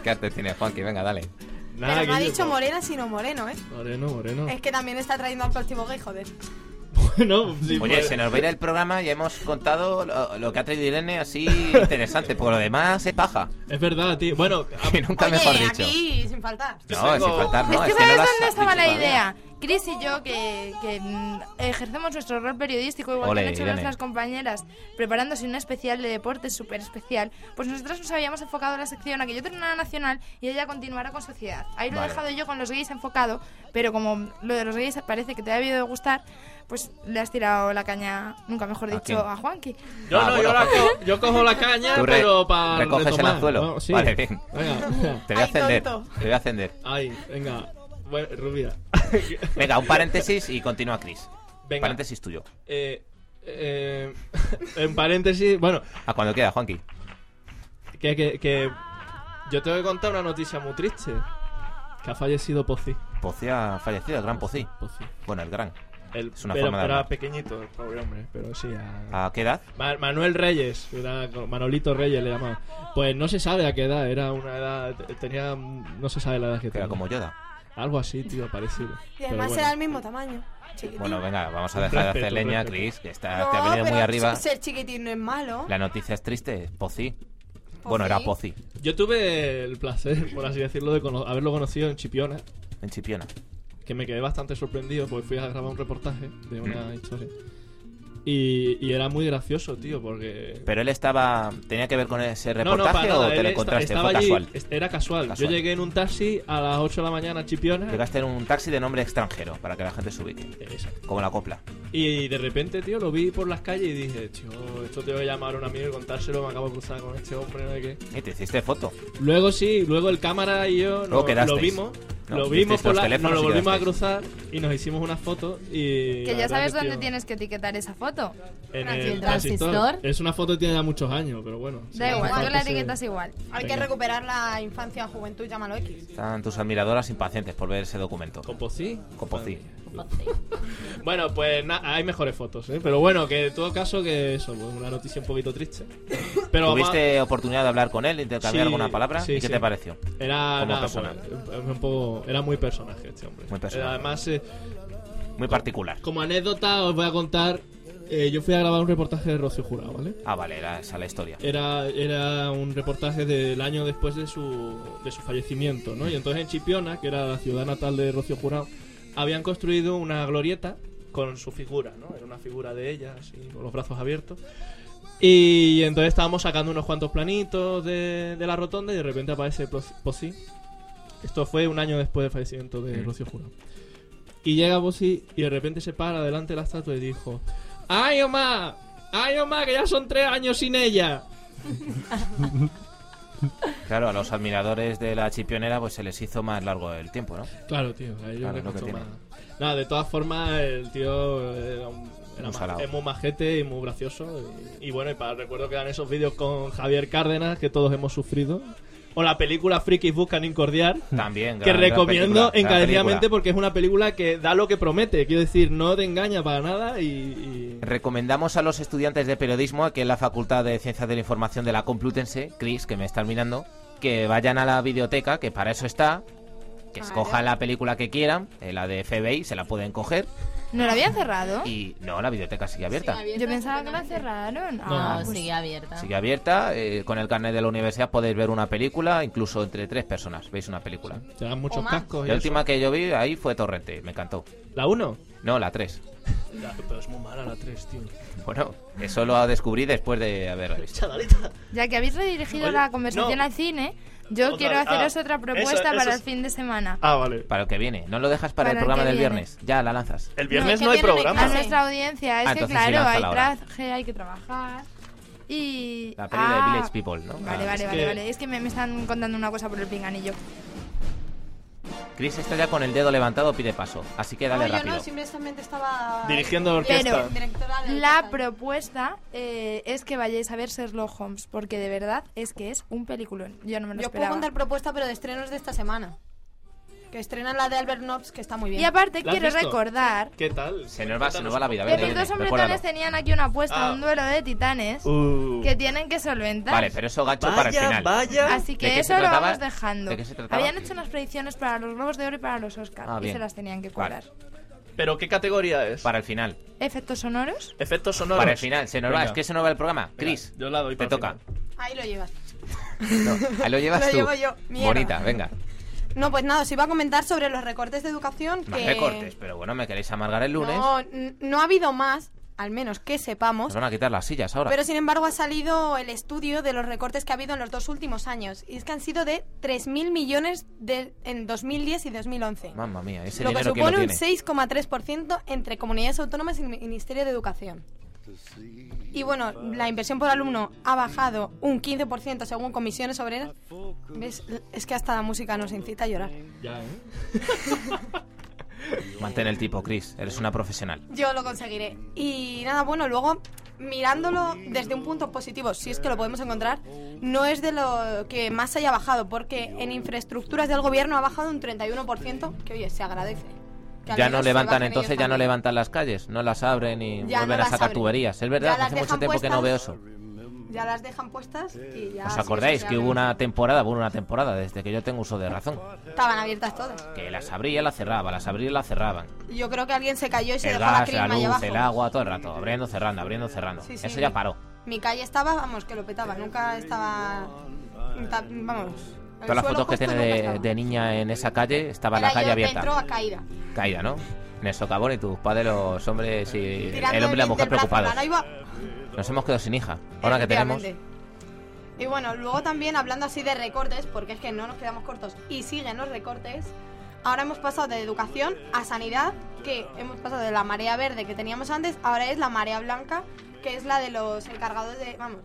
S3: ¿Qué arte tiene Juanqui? Venga, dale.
S5: Nada,
S2: Pero no ha
S5: que yo-
S2: dicho morena, sino moreno, ¿eh?
S5: Moreno, Moreno.
S2: Es que también está trayendo al colectivo gay, joder.
S5: Bueno, sí,
S3: Oye,
S5: pues-
S3: se nos va a ir el programa y hemos contado lo, lo que ha traído Irene así interesante, porque lo demás es paja.
S5: Es verdad, tío. Bueno, a-
S3: Y nunca
S2: Oye,
S3: mejor dicho.
S2: Eh, aquí, sin faltar.
S3: No,
S5: Tengo-
S3: sin faltar, no.
S8: es que
S3: no
S8: sabes
S3: lo has
S8: dónde estaba
S3: dicho
S8: la
S3: todavía.
S8: idea. Chris y yo, que, que, mm, ejercemos nuestro rol periodístico, igual
S3: Ole,
S8: que han hecho
S3: Irene.
S8: nuestras compañeras, preparándose un especial de deporte súper especial, pues nosotras nos habíamos enfocado en la sección a que yo terminara nacional y ella continuara con sociedad. Ahí lo he
S3: Vale.
S8: dejado yo con los gays enfocado, pero como lo de los gays parece que te ha habido de gustar, pues le has tirado la caña, nunca mejor
S3: ¿A
S8: dicho,
S3: quién?
S8: a, Juanqui.
S5: yo
S3: Ah,
S5: no,
S3: bueno,
S5: yo, la
S3: pues-
S5: co- yo cojo la caña,
S3: Tú re-
S5: pero para.
S3: recoges el
S5: retomar.
S3: anzuelo.
S5: No, sí.
S3: Vale, bien.
S5: Venga, venga.
S3: Te voy a
S2: Ay,
S3: ascender.
S2: tonto.
S3: Te voy a ascender.
S5: Ay, venga. Bueno, rubia.
S3: Venga, un paréntesis y continúa, Chris.
S5: Venga.
S3: Paréntesis tuyo.
S5: Eh, eh, en paréntesis, bueno,
S3: A cuando queda, Juanqui.
S5: que, que, que yo te voy a contar una noticia muy triste. Que ha fallecido Pozzi.
S3: Pocí ha fallecido, el gran Pocí.
S5: Pozzi.
S3: Bueno, el gran.
S5: El,
S3: Es una
S5: pero,
S3: forma de
S5: era
S3: hablar. Ah.
S5: pequeñito, el pobre hombre, pero sí. a-
S3: ¿A qué edad?
S5: Ma- Manuel Reyes, era Manolito Reyes le llamaban. Pues no se sabe a qué edad, era una edad, te- tenía, no se sabe la edad que
S3: Que era
S5: tenía.
S3: como Yoda.
S5: Algo así, tío, parecido.
S2: Y
S5: Pero
S2: además
S5: bueno.
S2: era el mismo tamaño. Chiquitín.
S3: Bueno, venga, vamos a
S5: Un
S3: dejar de
S5: respeto,
S3: hacer
S5: un
S3: leña,
S5: respeto.
S3: Chris, que está,
S2: No,
S3: te ha venido muy
S2: pero
S3: arriba.
S2: Ser chiquitín no es malo.
S3: La noticia es triste, Pocí. Bueno,
S2: sí.
S3: era Pocí,
S5: Yo tuve el placer, por así decirlo, de cono- haberlo conocido en Chipiona,
S3: en Chipiona.
S5: que me quedé bastante sorprendido porque fui a grabar un reportaje de
S3: Mm.
S5: una historia. Y, y era muy gracioso, tío, porque...
S3: Pero él estaba. ¿Tenía que ver con ese
S5: No, no, para
S3: reportaje
S5: nada,
S3: o te
S5: él
S3: lo
S5: esta-
S3: encontraste?
S5: estaba
S3: Fue
S5: allí,
S3: casual.
S5: es- Era casual.
S3: Casual.
S5: Yo llegué en un taxi a las 8 de la mañana a Chipiona.
S3: Llegaste en un taxi de nombre extranjero, para que la gente se ubique.
S5: Exacto.
S3: Como la copla.
S5: Y de repente, tío, lo vi por las calles y dije, tío, esto te voy a llamar a un amigo y contárselo, me acabo de cruzar con este hombre, no sé qué.
S3: Y te hiciste foto.
S5: Luego sí, luego el cámara y yo
S3: Luego
S5: nos-
S3: Oh, quedasteis.
S5: lo vimos.
S3: No,
S5: lo vimos
S3: hicisteis
S5: por
S3: los
S5: la, nos
S3: teléfonos
S5: lo
S3: y
S5: volvimos a cruzar y nos hicimos una foto y... la
S8: Que ya
S5: verdad
S8: sabes
S5: que, tío,
S8: dónde tienes que etiquetar esa foto.
S5: En
S8: Así
S5: el
S8: el
S5: transistor.
S8: transistor.
S5: Es una foto que tiene ya muchos años, pero bueno. sí,
S8: Da
S5: hace
S8: igual, tú
S5: falta
S8: la
S5: ese-
S8: etiquetas igual.
S2: Hay que
S3: Venga.
S2: recuperar la infancia, juventud, llámalo X.
S3: Están tus admiradoras impacientes por ver ese documento.
S5: ¿Composí?
S3: Composí.
S5: Bueno, pues na- hay mejores fotos, ¿eh? Pero bueno, que en todo caso, que eso, pues, una noticia un poquito triste. Pero vamos a-
S3: ¿Tuviste oportunidad de hablar con él, de intercambiar
S5: Sí,
S3: alguna palabra?
S5: sí,
S3: ¿Y qué
S5: sí.
S3: te pareció?
S5: Era
S3: Como
S5: nada,
S3: persona.
S5: pues, un poco- era muy personaje este hombre.
S3: Muy personaje.
S5: Era, además, eh,
S3: Muy particular.
S5: como anécdota os voy a contar, eh, yo fui a grabar un reportaje de Rocío Jurado, ¿vale?
S3: Ah, vale, era esa la historia.
S5: Era, era un reportaje del año después de su, de su fallecimiento, ¿no? Y entonces en Chipiona, que era la ciudad natal de Rocío Jurado, habían construido una glorieta con su figura, ¿no? Era una figura de ella, así, con los brazos abiertos. Y entonces estábamos sacando unos cuantos planitos de, de la rotonda y de repente aparece Pos- Posí. Esto fue un año después del fallecimiento de
S3: Mm.
S5: Rocío Jurado. Y llega Posí y de repente se para delante de la estatua y dijo... ¡Ay, Oma! ¡Ay, Oma, que ya son tres años sin ella!
S3: Claro, a los admiradores de la chipionera pues se les hizo más largo el tiempo, ¿no?
S5: Claro, tío, a ellos
S3: Claro,
S5: les
S3: lo que
S5: costó
S3: tiene.
S5: más. Nada, de todas formas, el tío era, un, era
S3: Un
S5: ma-
S3: salado.
S5: es muy majete y muy gracioso. Y, y bueno, y para recuerdo que eran esos vídeos con Javier Cárdenas que todos hemos sufrido. O la película Frikis Buscan Incordiar.
S3: También.
S5: Que
S3: gran- gran
S5: recomiendo
S3: película, gran
S5: encarecidamente
S3: película.
S5: porque es una película que da lo que promete. Quiero decir, no te engaña para nada y. y-
S3: Recomendamos a los estudiantes de periodismo aquí en la Facultad de Ciencias de la Información de la Complutense, Chris, que me están mirando, que vayan a la videoteca, que para eso está,
S8: Ah,
S3: que escojan la película que quieran, eh, la de FBI, se la pueden coger,
S8: ¿No la habían cerrado?
S3: y no, la videoteca sigue abierta.
S8: Yo pensaba que la cerraron. Ah,
S6: No,
S8: pues-
S6: sigue abierta.
S3: Sigue abierta, eh, con el carnet de la universidad podéis ver una película, incluso entre tres personas, veis una película.
S5: Te dan muchos cascos. y
S3: La
S5: eso.
S3: última que yo vi ahí fue Torrente, me encantó.
S5: ¿La 1?
S3: No, la 3.
S5: Pero es muy mala la 3, tío.
S3: Bueno, eso lo descubrí después de haberla visto.
S5: Chavalita.
S8: Ya que habéis redirigido
S5: Oye,
S8: la conversación
S5: no.
S8: al cine, yo
S5: Otra-
S8: quiero
S5: ah,
S8: haceros otra
S5: eso-
S8: propuesta
S5: eso
S8: para
S5: es-
S8: el fin de semana.
S5: Ah, vale.
S3: Para el que viene, no lo dejas para,
S8: Para
S3: el
S8: el
S3: programa
S8: que
S3: del
S8: viene.
S3: viernes, ya la lanzas.
S1: El viernes
S2: que
S1: no hay
S2: tienen
S6: Ah,
S8: A
S1: programa.
S2: examen.
S8: nuestra audiencia, es
S3: Ah,
S8: que
S3: entonces sí,
S8: claro,
S3: lanza
S8: hay
S3: la hora.
S8: traje, hay que trabajar. Y.
S3: La peli de
S8: Ah,
S3: Village People, ¿no?
S8: Vale,
S3: Ah,
S8: vale,
S5: es
S8: vale,
S5: que-
S8: vale. Es que me, me están contando una cosa por el pinganillo.
S3: Chris está ya con el dedo levantado, pide paso. Así que dale
S2: no,
S3: rápido.
S2: yo no, simplemente estaba...
S1: Dirigiendo orquesta.
S8: Pero-
S2: Directora de
S8: La propuesta eh, es que vayáis a ver Sherlock Holmes, porque de verdad es que es un peliculón. Yo no me lo
S2: Yo puedo
S8: esperaba.
S2: contar propuesta, pero de estrenos de esta semana. Que estrenan la de Albert Nobbs, que está muy bien.
S8: Y aparte
S5: ¿La has
S8: quiero
S5: visto?
S8: recordar
S5: ¿Qué tal?
S3: Se nos va, se nos va la vida.
S8: que
S3: Vete,
S8: los
S3: vete,
S8: dos hombretones
S3: recuérdalo.
S8: tenían aquí una apuesta,
S1: Ah.
S8: un duelo de titanes,
S1: Uh.
S8: que tienen que solventar.
S3: Vale, pero eso gacho para el
S1: Vaya,
S3: final.
S1: vaya.
S8: Así
S3: ¿De
S8: que
S3: qué
S8: eso
S3: se
S8: lo
S3: trataba?
S8: vamos dejando.
S3: ¿De qué se trataba?
S8: Habían hecho unas predicciones para los Globos de Oro y para los Oscars
S3: Ah,
S8: y
S3: bien.
S8: se las tenían que
S3: Vale.
S8: cuadrar.
S1: ¿Pero qué categoría es?
S3: Para el final.
S8: Efectos sonoros.
S1: Efectos sonoros.
S3: Para el final. Se nos va,
S1: Venga.
S3: es que se nos va el programa.
S1: Venga,
S3: Chris,
S1: yo la doy
S3: te
S1: para el
S3: toca.
S1: final.
S2: Ahí lo llevas.
S3: No, ahí lo llevas
S2: Lo
S3: tú.
S2: llevo yo, mierda.
S3: Bonita, venga.
S2: No, pues nada, os iba a comentar sobre los recortes de educación
S3: Más
S2: que...
S3: recortes, pero bueno, me queréis amargar el lunes.
S2: No, n- no ha habido más, al menos que sepamos.
S3: Nos van a quitar las sillas ahora.
S2: Pero sin embargo ha salido el estudio de los recortes que ha habido en los dos últimos años. Y es que han sido de 3.000 millones de, en 2010 y 2011.
S3: Mamma mía, ese
S2: lo que
S3: Este dinero que lo
S2: supone un
S3: tiene.
S2: 6,3% entre comunidades autónomas y el Ministerio de Educación. Y bueno, la inversión por alumno ha bajado un 15% según comisiones obreras. ¿Ves? Es que hasta la música nos incita a llorar.
S5: Ya, ¿eh?
S3: Mantén el tipo, Chris. Eres una profesional.
S2: Yo lo conseguiré. Y nada, bueno, luego mirándolo desde un punto positivo, si es que lo podemos encontrar, no es de lo que más haya bajado, porque en infraestructuras del gobierno ha bajado un 31%, que oye, se agradece. Que al
S3: Ya
S2: menos
S3: no
S2: se
S3: levantan,
S2: bajen
S3: entonces
S2: ellos
S3: ya no
S2: también.
S3: levantan las calles, no las abren y
S2: Ya
S3: vuelven
S2: no
S3: a
S2: las
S3: sacar
S2: abren.
S3: tuberías. Es
S2: Ya
S3: verdad, que
S2: las
S3: hace mucho
S2: dejan
S3: tiempo que no veo
S2: puestas.
S3: eso.
S2: Ya las dejan puestas y ya...
S3: ¿Os
S2: sí que
S3: acordáis
S2: se
S3: que
S2: abren.
S3: hubo una temporada, bueno, una temporada, desde que yo tengo uso de razón?
S2: Estaban abiertas todas.
S3: Que las abría, las cerraba, las abría, las cerraban.
S2: Yo creo que alguien se cayó y se
S3: El
S2: dejó la
S3: gas, la
S2: crisma allá
S3: luz,
S2: abajo.
S3: el agua, todo el rato. Abriendo, cerrando, abriendo, cerrando.
S2: Sí, sí.
S3: Eso ya paró.
S2: Mi calle estaba, vamos, que lo petaba. Nunca estaba... ta- Vamos. el
S3: Todas las
S2: suelo
S3: fotos que
S2: justo
S3: tiene
S2: nunca
S3: de,
S2: estaba.
S3: de niña en esa calle, estaba la
S2: Era
S3: calle
S2: yo
S3: abierta.
S2: dentro a caída.
S3: Caída, ¿no? En el socavón y tus padres, los hombres y
S2: Tirando
S3: el hombre y la
S2: del-
S3: mujer
S2: del brazo,
S3: preocupados.
S2: ahora iba-
S3: Nos hemos quedado sin hija. Ahora que tenemos...
S2: Efectivamente. Y bueno, luego también hablando así de recortes, porque es que no nos quedamos cortos y siguen los recortes, ahora hemos pasado de educación a sanidad, que hemos pasado de la marea verde que teníamos antes, ahora es la marea blanca, que es la de los encargados de, vamos,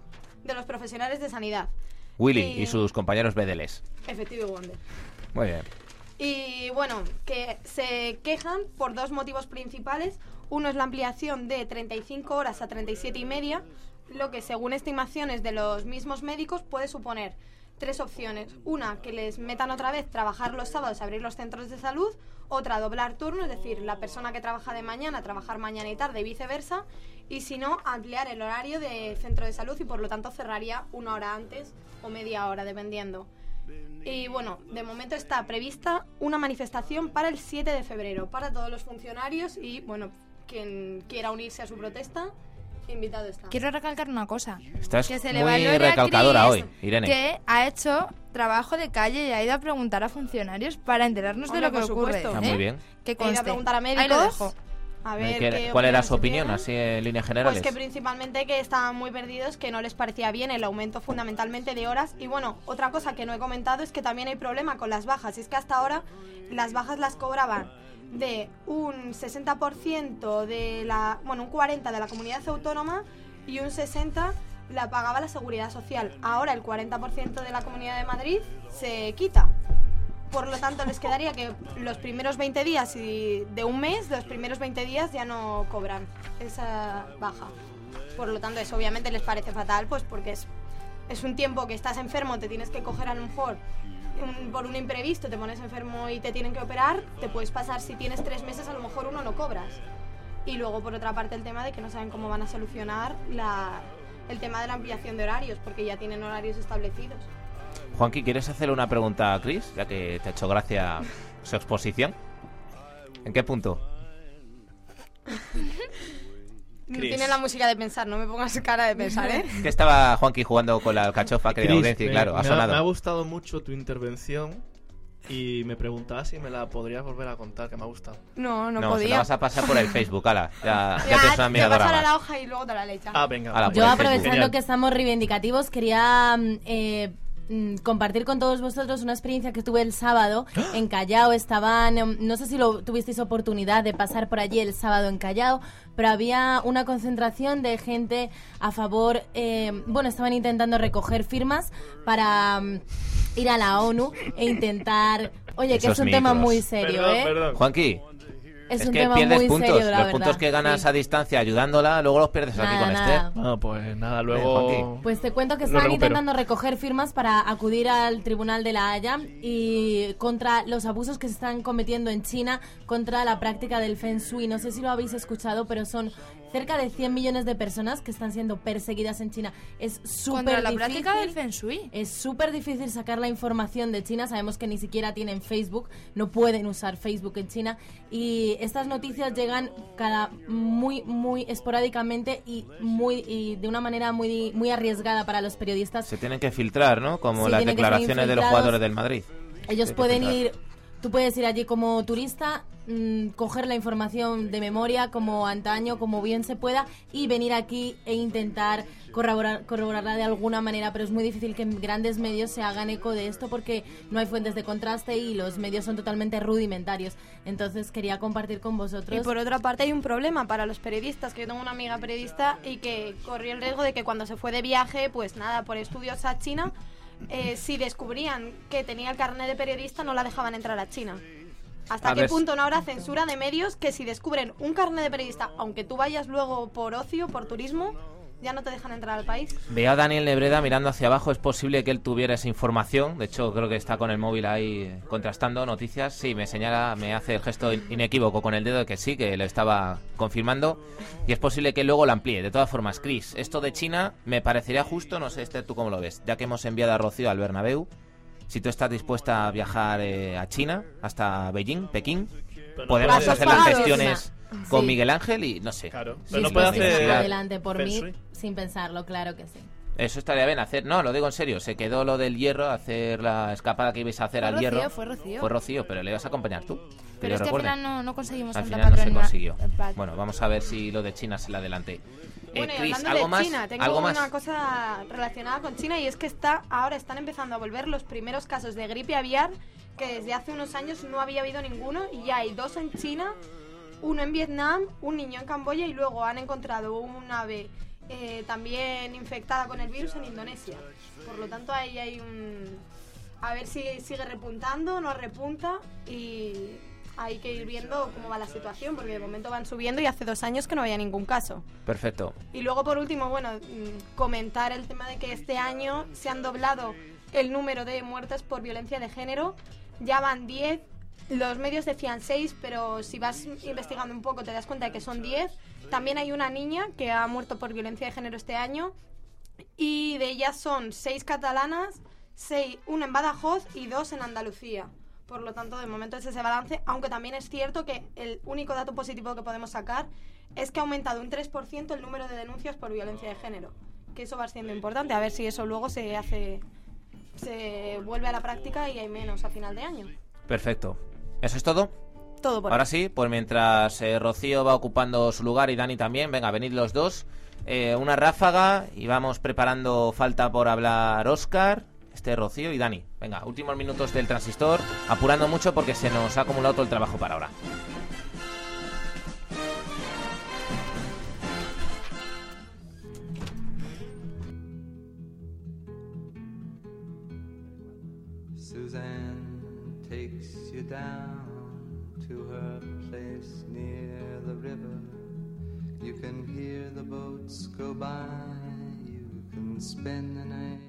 S2: de los profesionales de sanidad.
S3: Willy y sus compañeros BDLs.
S2: Efectivo y Wonder.
S3: Muy bien.
S2: Y bueno, que se quejan por dos motivos principales. Uno es la ampliación de 35 horas a 37 y media, lo que según estimaciones de los mismos médicos puede suponer tres opciones. Una, que les metan otra vez trabajar los sábados, abrir los centros de salud. Otra, doblar turno, es decir, la persona que trabaja de mañana, trabajar mañana y tarde y viceversa. Y si no, ampliar el horario de centro de salud y por lo tanto cerraría una hora antes o media hora, dependiendo. Y bueno, de momento está prevista una manifestación para el 7 de febrero, para todos los funcionarios y, bueno, quien quiera unirse a su protesta, invitado está.
S8: Quiero recalcar una cosa.
S3: Estás
S8: que se le
S3: muy
S8: valore a
S3: recalcadora
S8: Cris,
S3: hoy, Irene.
S8: Que ha hecho trabajo de calle y ha ido a preguntar a funcionarios para enterarnos
S2: Hombre,
S8: de lo que
S2: por
S8: ocurre. ¿eh?
S2: supuesto.
S3: Ah, muy bien.
S8: Que
S2: He ido a
S8: conste.
S2: preguntar a médicos.
S8: Ahí lo dejo.
S2: A ver,
S3: ¿Qué-
S2: qué
S3: ¿Cuál era
S2: opinión
S3: su opinión, así en líneas generales?
S2: Pues que principalmente que estaban muy perdidos, que no les parecía bien el aumento fundamentalmente de horas. Y bueno, otra cosa que no he comentado es que también hay problema con las bajas. Y es que hasta ahora las bajas las cobraban de un 60% de la... Bueno, un 40% de la comunidad autónoma y un 60% la pagaba la seguridad social. Ahora el 40% de la comunidad de Madrid se quita. Por lo tanto, les quedaría que los primeros 20 días y de un mes, los primeros 20 días ya no cobran esa baja. Por lo tanto, eso obviamente les parece fatal, pues porque es, es un tiempo que estás enfermo, te tienes que coger a lo mejor un- por un imprevisto, te pones enfermo y te tienen que operar, te puedes pasar, si tienes tres meses, a lo mejor uno no cobras. Y luego, por otra parte, el tema de que no saben cómo van a solucionar la- el tema de la ampliación de horarios, porque ya tienen horarios establecidos.
S3: Juanqui, ¿quieres hacerle una pregunta a Chris? Ya que te ha hecho gracia su exposición. ¿En qué punto? Cris.
S2: Tiene la música de pensar, no me pongas cara de pensar, ¿eh?
S3: Que estaba Juanqui jugando con la alcachofa que de
S5: Cris,
S3: audiencia, y
S5: me-
S3: claro,
S5: me
S3: ha sonado.
S5: Me ha gustado mucho tu intervención y me preguntaba si me la podrías volver a contar, que me ha gustado.
S2: No,
S3: no, se
S2: no,
S3: la
S2: podía.
S3: vas a pasar por el Facebook, ala. Ya, ya
S2: Ya,
S3: tienes una
S2: te
S3: miradora
S2: pasará
S3: más.
S2: la hoja y luego te la lees ya.
S5: Ah, venga.
S3: Ala, por
S6: Yo
S3: el
S6: aprovechando
S3: Facebook.
S6: que estamos reivindicativos, quería mm, eh, mm, compartir con todos vosotros una experiencia que tuve el sábado
S3: ¡Ah!
S6: en Callao. Estaban, em, no sé si lo tuvisteis oportunidad de pasar por allí el sábado en Callao, pero había una concentración de gente a favor, eh, bueno, estaban intentando recoger firmas para mm, ir a la ONU e intentar... Oye, que
S3: Esos
S6: es un tema
S3: micros.
S6: muy serio, ¿eh?
S3: Juanqui,
S6: Es,
S3: es
S6: un
S3: que
S6: tema
S3: pierdes
S6: muy
S3: puntos.
S6: serio, la
S3: Los
S6: verdad.
S3: puntos que ganas a distancia ayudándola, luego los pierdes aquí
S6: Nada,
S3: con
S6: nada.
S3: este.
S5: No, pues nada,
S3: luego.
S6: Pues te cuento que
S3: Lo
S6: están
S3: recupero.
S6: intentando recoger firmas para acudir al Tribunal de la Haya y contra los abusos que se están cometiendo en China contra la práctica del Feng Shui. No sé si lo habéis escuchado, pero son cerca de 100 millones de personas que están siendo perseguidas en China. Es
S8: Contra
S6: súper
S8: la práctica
S6: difícil.
S8: del Feng Shui.
S6: Es súper difícil sacar la información de China. Sabemos que ni siquiera tienen Facebook, no pueden usar Facebook en China. Y estas noticias llegan cada muy, muy esporádicamente y muy y de una manera muy, muy arriesgada para los periodistas.
S3: Se tienen que filtrar, ¿no? Como
S6: Sí,
S3: las
S6: tienen que ser
S3: declaraciones de los
S6: infiltrados.
S3: jugadores del Madrid.
S6: Ellos
S3: Sí,
S6: pueden
S3: claro.
S6: ir, tú puedes ir allí como turista, mm, coger la información de memoria como antaño, como bien se pueda, y venir aquí e intentar corroborar, corroborarla de alguna manera, pero es muy difícil que grandes medios se hagan eco de esto porque no hay fuentes de contraste y los medios son totalmente rudimentarios. Entonces quería compartir con vosotros.
S2: Y por otra parte hay un problema para los periodistas, que yo tengo una amiga periodista y que corrió el riesgo de que cuando se fue de viaje, pues nada, por estudios a China, eh, si descubrían que tenía el carnet de periodista no la dejaban entrar a China. ¿Hasta
S10: A
S2: qué
S10: ver.
S2: punto no habrá censura de medios que si descubren un carnet de periodista, aunque tú vayas luego por ocio, por turismo, ya no te dejan entrar al país?
S3: Veo a Daniel Nebreda mirando hacia abajo. Es posible que él tuviera esa información. De hecho, creo que está con el móvil ahí eh, contrastando noticias. Sí, me señala, me hace el gesto in- inequívoco con el dedo de que sí, que lo estaba confirmando. Y es posible que luego lo amplíe. De todas formas, Chris, esto de China me parecería justo. No sé, este tú cómo lo ves. Ya que hemos enviado a Rocío al Bernabéu, si tú estás dispuesta a viajar eh, a China, hasta Beijing, Pekín,
S5: Pero no
S3: podemos
S5: puedes-
S3: hacer las
S5: Pagados.
S3: gestiones
S6: Sí.
S3: con Miguel Ángel y no sé.
S5: Claro,
S3: Sí,
S5: pero no
S3: sí,
S6: pues,
S5: puede
S3: la
S5: hacer-
S3: universidad.
S6: Adelante por
S5: Feng
S6: mí,
S5: Shui.
S6: sin pensarlo, claro que sí.
S3: Eso estaría bien hacer. No, lo digo en serio. Se quedó lo del hierro, hacer la escapada que ibais a hacer
S8: Fue
S3: al
S8: Rocío,
S3: hierro.
S8: fue Rocío.
S3: pero le ibas a acompañar tú. Que
S8: Pero
S3: yo
S8: es que al
S3: recuerde.
S8: final no, no conseguimos
S3: Al
S8: tanta
S3: final no se
S8: patrona-
S3: consiguió.
S8: eh, pat-
S3: Bueno, vamos a ver si lo de China se le adelante. Eh,
S2: Bueno, y
S3: Chris,
S2: hablando
S3: algo
S2: de
S3: más,
S2: China, tengo
S3: algo
S2: una
S3: más.
S2: cosa relacionada con China y es que está ahora están empezando a volver los primeros casos de gripe aviar que desde hace unos años no había habido ninguno y ya hay dos en China, uno en Vietnam, un niño en Camboya y luego han encontrado un ave eh, también infectada con el virus en Indonesia. Por lo tanto ahí hay un a ver si sigue repuntando, no repunta y hay que ir viendo cómo va la situación porque de momento van subiendo y hace dos años que no había ningún caso.
S3: Perfecto.
S2: Y luego, por último, bueno, mm, comentar el tema de que este año se han doblado el número de muertes por violencia de género. Ya van 10. Los medios decían 6, pero si vas investigando un poco te das cuenta de que son 10. También hay una niña que ha muerto por violencia de género este año. Y de ellas son 6 catalanas, seis, una en Badajoz y dos en Andalucía. Por lo tanto, de momento es ese balance, aunque también es cierto que el único dato positivo que podemos sacar es que ha aumentado un 3% el número de denuncias por violencia de género, que eso va siendo importante, a ver si eso luego se hace se vuelve a la práctica y hay menos a final de año.
S3: Perfecto. ¿Eso es todo?
S2: Todo por
S3: Ahora
S2: hoy.
S3: sí, pues mientras eh, Rocío va ocupando su lugar y Dani también, venga, venid los dos. Eh, una ráfaga y vamos preparando falta por hablar Oscar, este Rocío y Dani. Venga, últimos minutos del transistor, apurando mucho porque se nos ha acumulado todo el trabajo para ahora.
S10: Suzanne takes you down to her place near the river. You can hear the boats go by. You can spend the night.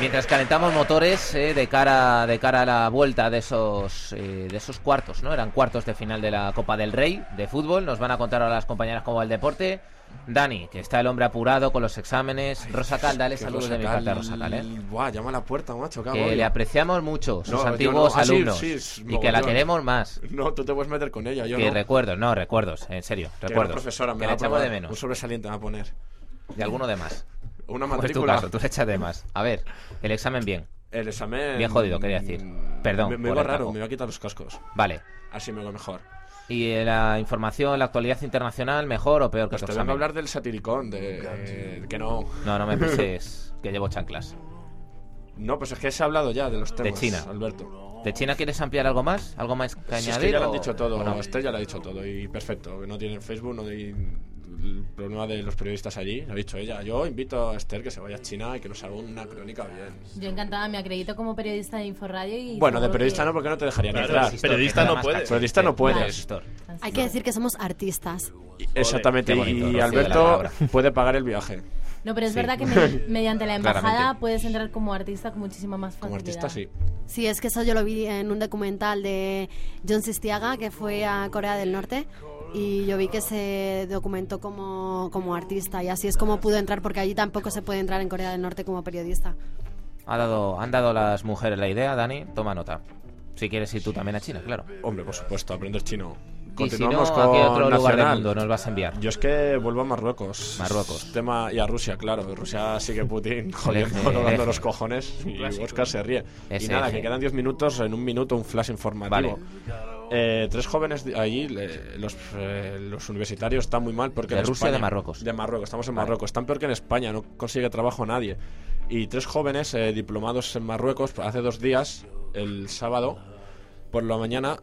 S3: Mientras calentamos motores eh, de cara de cara a la vuelta de esos eh, de esos cuartos, ¿no? Eran cuartos de final de la Copa del Rey de fútbol. Nos van a contar ahora las compañeras cómo va el deporte. Dani, que está el hombre apurado con los exámenes. Rosa Cal, dale
S11: que
S3: saludos
S11: Rosa
S3: de mi
S11: Cal-
S3: parte a Rosa Cal, ¿eh?
S11: Buah, llama a la puerta, macho.
S3: Que le apreciamos mucho, sus
S11: No, yo
S3: antiguos
S11: no. Ah, sí,
S3: alumnos.
S11: sí, es
S3: y que la
S11: mogollón.
S3: queremos más.
S11: No, tú te puedes meter con ella, yo
S3: que
S11: no.
S3: recuerdos, no, recuerdos, en serio,
S11: Que
S3: recuerdos.
S11: una profesora me
S3: que
S11: va
S3: le
S11: a
S3: echamos de
S11: aprobar.
S3: menos.
S11: Un sobresaliente me va a poner.
S3: Y alguno de más.
S11: Una
S3: Como es tu
S11: matrícula.
S3: caso, tú le echas de más. A ver, el examen bien.
S11: El examen.
S3: Bien jodido, quería decir. Perdón.
S11: Me, me
S3: por
S11: va
S3: el
S11: raro,
S3: taco.
S11: me va a quitar los cascos.
S3: Vale.
S11: Así me va mejor.
S3: ¿Y eh, la información, la actualidad internacional, mejor o peor que
S11: Pues
S3: tu
S11: te vengo a
S3: examen?
S11: hablar del satiricón, de. eh, que no.
S3: No, no me pises que llevo chanclas.
S11: No, pues es que se ha hablado ya de los
S3: De
S11: temas.
S3: China.
S11: Alberto.
S3: ¿De China quieres ampliar algo más? ¿Algo más Pues que
S11: Si
S3: añadir?
S11: es que ya
S3: o-
S11: lo han dicho todo,
S3: o no?
S11: Esther ya lo ha dicho todo y perfecto. que No tienen Facebook, no hay el problema de los periodistas allí, lo ha dicho ella. Yo invito a Esther que se vaya a China y que nos haga una crónica bien.
S6: Yo encantada, me acredito como periodista de Inforradio y...
S11: Bueno, de
S6: seguro
S11: periodista
S6: que-
S11: no, porque no te dejarían
S5: Claro,
S11: entrar.
S5: transistor, Periodista que no queda más puedes. caché.
S11: Periodista no
S5: Vale.
S11: puedes.
S7: Hay que decir que somos artistas.
S11: Exactamente,
S3: Qué bonito,
S11: y
S3: Rocío, la
S11: Alberto
S3: palabra.
S11: puede pagar el viaje.
S6: No, pero es
S11: Sí.
S6: verdad que me- mediante la embajada
S11: Claramente.
S6: puedes entrar como artista con muchísima más facilidad.
S11: Como artista, sí.
S7: Sí, es que eso yo lo vi en un documental de John Sistiaga que fue a Corea del Norte y yo vi que se documentó como, como artista y así es como pudo entrar porque allí tampoco se puede entrar en Corea del Norte como periodista.
S3: Ha dado, han dado las mujeres la idea, Dani, toma nota. Si quieres ir tú también a China, claro.
S11: Hombre, por supuesto, aprender chino.
S3: Y si no,
S11: Continuamos
S3: ¿a qué
S11: con
S3: otro lugar del
S11: Nacional.
S3: mundo nos vas a enviar?
S11: Yo es que vuelvo a Marruecos.
S3: Marruecos.
S11: Tema, y a Rusia, claro. Rusia sigue Putin jodiendo,
S3: Eje,
S11: tocando
S3: eje.
S11: los cojones. Y
S3: Clásico.
S11: Oscar se ríe.
S3: Ese
S11: y nada,
S3: eje.
S11: que quedan 10 minutos. En un minuto, un flash
S3: Vale.
S11: informativo. Eh, tres jóvenes de- allí, le- los, eh, los universitarios están muy mal porque
S3: ¿De
S11: en
S3: Rusia o
S11: España-
S3: de Marruecos?
S11: De Marruecos, estamos en Marruecos. Están peor que en España, no consigue trabajo nadie. Y tres jóvenes eh, diplomados en Marruecos hace dos días, el sábado, por la mañana,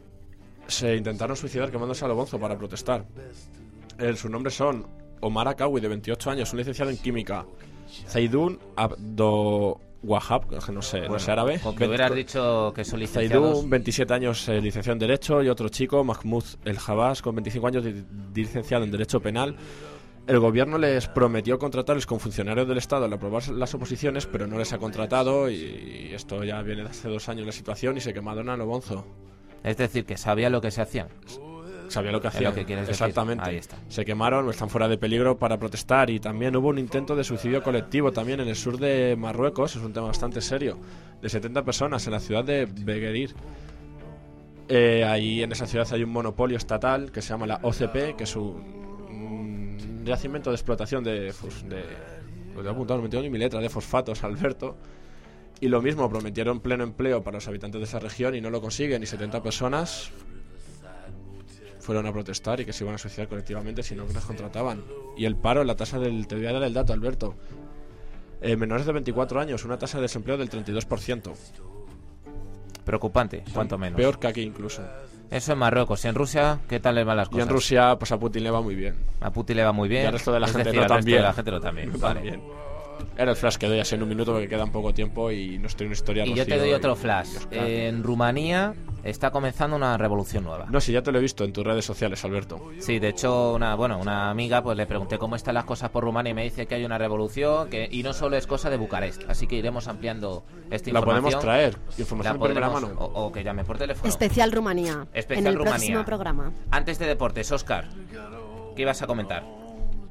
S11: se intentaron suicidar quemándose al bonzo para protestar. Eh, sus nombres son Omar Akawi, de 28 años, un licenciado en química. Zaidun Abdo Wahab, que no sé, no
S3: Bueno,
S11: sé árabe.
S3: Con que
S11: 20
S3: hubieras dicho que son licenciados...
S11: Zaidun, 27 años, eh, licenciado en Derecho, y otro chico, Mahmoud El Jabás, con 25 años, di- di- licenciado en Derecho Penal. El gobierno les prometió contratarles con funcionarios del Estado al aprobar las oposiciones, pero no les ha contratado y esto ya viene de hace dos años la situación y se quemaron a lo bonzo.
S3: Es decir, que sabía lo que se hacían.
S11: Sabía lo que
S3: Es
S11: hacían.
S3: lo que quieres decir.
S11: Exactamente.
S3: Ahí está.
S11: Se quemaron, están fuera de peligro para protestar y también hubo un intento de suicidio colectivo también en el sur de Marruecos, es un tema bastante serio, de 70 personas en la ciudad de Beguerir. Eh, ahí en esa ciudad hay un monopolio estatal que se llama la OCP, que es un, un yacimiento de explotación de. fos- de lo tengo apuntado, no me entiendo ni mi letra, de fosfatos, Alberto. Y lo mismo, prometieron pleno empleo para los habitantes de esa región y no lo consiguen. Y 70 personas fueron a protestar y que se iban a asociar colectivamente si no las contrataban. Y el paro, la tasa del. Te voy a dar el dato, Alberto. Eh, menores de 24 años, una tasa de desempleo del 32%.
S3: Preocupante, cuanto menos.
S11: Peor que aquí incluso.
S3: Eso en Marruecos. ¿Y en Rusia qué tal le van las
S11: Y
S3: cosas?
S11: en Rusia, pues a Putin le va muy bien.
S3: A Putin le va muy bien.
S11: Y al resto de la
S3: Es
S11: gente
S3: decir,
S11: no
S3: al resto
S11: también.
S3: de la gente no también, vale.
S11: Era el flash que doy así en un minuto porque queda un poco tiempo y no estoy en una historia.
S3: Y yo te
S11: Rocío
S3: doy
S11: y-
S3: otro
S11: y
S3: flash. Eh,
S11: Oscar.
S3: En Rumanía está comenzando una revolución nueva.
S11: No, sí, ya te lo he visto en tus redes sociales, Alberto.
S3: Sí, de hecho, una, bueno, una amiga pues le pregunté cómo están las cosas por Rumania y me dice que hay una revolución que, y no solo es cosa de Bucarest. Así que iremos ampliando esta
S11: La
S3: información.
S11: podemos traer, información de primera mano.
S3: O, o que llame por teléfono.
S7: Especial Rumanía.
S3: Especial
S7: en el
S3: Rumanía.
S7: próximo programa.
S3: Antes de deportes, Oscar, ¿qué ibas a comentar?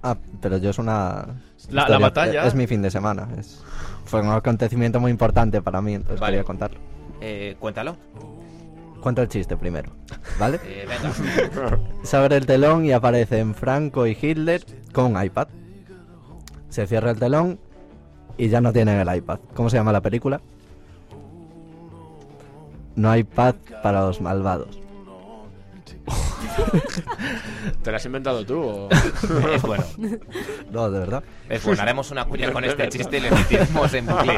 S4: Ah, pero yo es una.
S3: La- la
S4: historia.
S3: batalla.
S4: Es, es mi fin de semana. Es, fue un acontecimiento muy importante para mí, entonces
S3: Vale.
S4: quería contarlo.
S3: Eh, cuéntalo.
S4: Cuenta el chiste primero, ¿vale?
S3: Eh, venga.
S4: Se abre el telón y aparecen Franco y Hitler con un iPad. Se cierra el telón y ya no tienen el iPad. ¿Cómo se llama la película? No hay paz para los malvados.
S11: ¿Te la has inventado tú o.?
S3: es bueno.
S4: No, de verdad.
S3: Es bueno, haremos una cuña con este chiste y le metimos en bucle.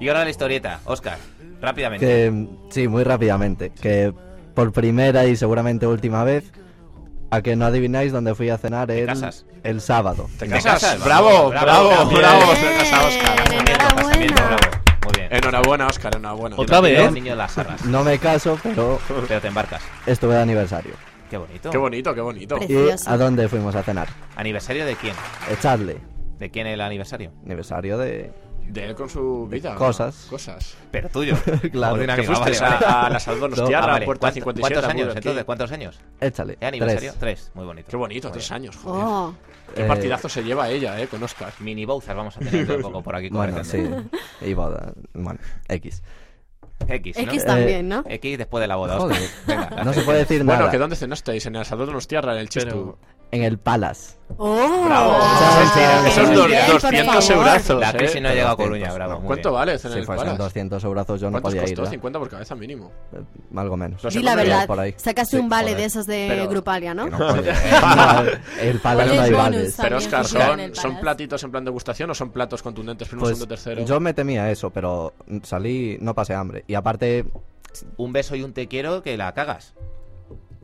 S3: Y ahora la historieta, Oscar, rápidamente.
S4: Que, sí, muy rápidamente. Que por primera y seguramente última vez, a que no adivináis dónde fui a cenar el,
S3: casas?
S4: el sábado.
S11: ¿Te casas? Bravo, bravo, bravo. Se casa Oscar.
S3: Enhorabuena. Muy bien.
S11: Enhorabuena, Oscar, enhorabuena.
S3: Otra vez, ¿eh? Niño de las arras.
S4: No me caso, pero
S3: Pero te embarcas.
S4: estuve de aniversario.
S3: Qué bonito.
S11: Qué bonito, qué bonito.
S4: ¿Y a dónde fuimos a cenar?
S3: ¿Aniversario de quién?
S4: Echarle.
S3: ¿De quién el aniversario?
S4: Aniversario de...
S11: De él con su
S4: De
S11: vida.
S4: cosas.
S11: Cosas.
S3: Pero tuyo.
S4: Claro.
S3: Joder,
S4: Que
S3: amigo,
S4: fuisteis
S3: vale, vale.
S11: a- a la Sal Donostiarra,
S3: Ah, vale.
S11: Puerta
S3: ¿Cuánto-
S11: 57,
S3: ¿Cuántos
S11: a
S3: años
S11: Burger
S3: entonces?
S11: King.
S3: ¿Cuántos años?
S4: Échale.
S3: ¿Qué aniversario?
S4: Tres.
S3: Tres. Muy bonito.
S11: Qué bonito,
S3: Muy
S11: tres
S3: bien.
S11: años, joder.
S7: Oh.
S11: Qué
S4: Eh,
S11: partidazo se lleva ella, eh, con Oscar.
S3: Mini Bowser vamos a tener un poco por aquí
S4: Bueno, sí.
S3: conversando.
S4: Y boda. Bueno, X.
S3: X, ¿no?
S7: X también, ¿no?
S3: X después de la boda.
S4: Joder.
S3: Oscar. Venga,
S4: Eh, No se puede decir
S11: Bueno,
S4: nada.
S11: ¿que dónde cenasteis? En el Salón de los Tierra, en el Chistu.
S4: En el Palace.
S7: ¡Oh!
S11: Esos son dos-
S7: Bien, por
S11: 200
S7: favor.
S11: eurazos.
S3: La crisis
S11: eh.
S3: no ha llegado a
S4: 200,
S3: Coruña, bravo. muy
S11: ¿Cuánto
S3: bien.
S11: vale cenar en
S4: Si
S11: el
S4: fuesen
S11: Palace?
S4: 200 eurazos yo pues no
S11: ¿Cuántos
S4: podía ir.
S11: costó?
S4: ¿eh?
S11: 50 por cabeza mínimo.
S4: Eh, Algo menos.
S11: Los
S7: Di la
S11: secundarios.
S7: verdad,
S4: por ahí.
S7: sacaste
S4: Sí,
S7: un vale
S4: joder.
S7: de esos de
S11: Pero-
S7: Grupalia, ¿no?
S4: Que no puede. No, el Palace no hay
S6: bonus, También
S4: vales.
S11: Pero Oscar,
S6: funciona en
S11: ¿son,
S6: el
S11: ¿son
S6: Palace.
S11: platitos en plan degustación o son platos contundentes primero,
S4: Pues
S11: segundo, tercero?
S4: yo me temía eso, pero salí, no pasé hambre. Y aparte,
S3: Un beso y un te quiero que la cagas.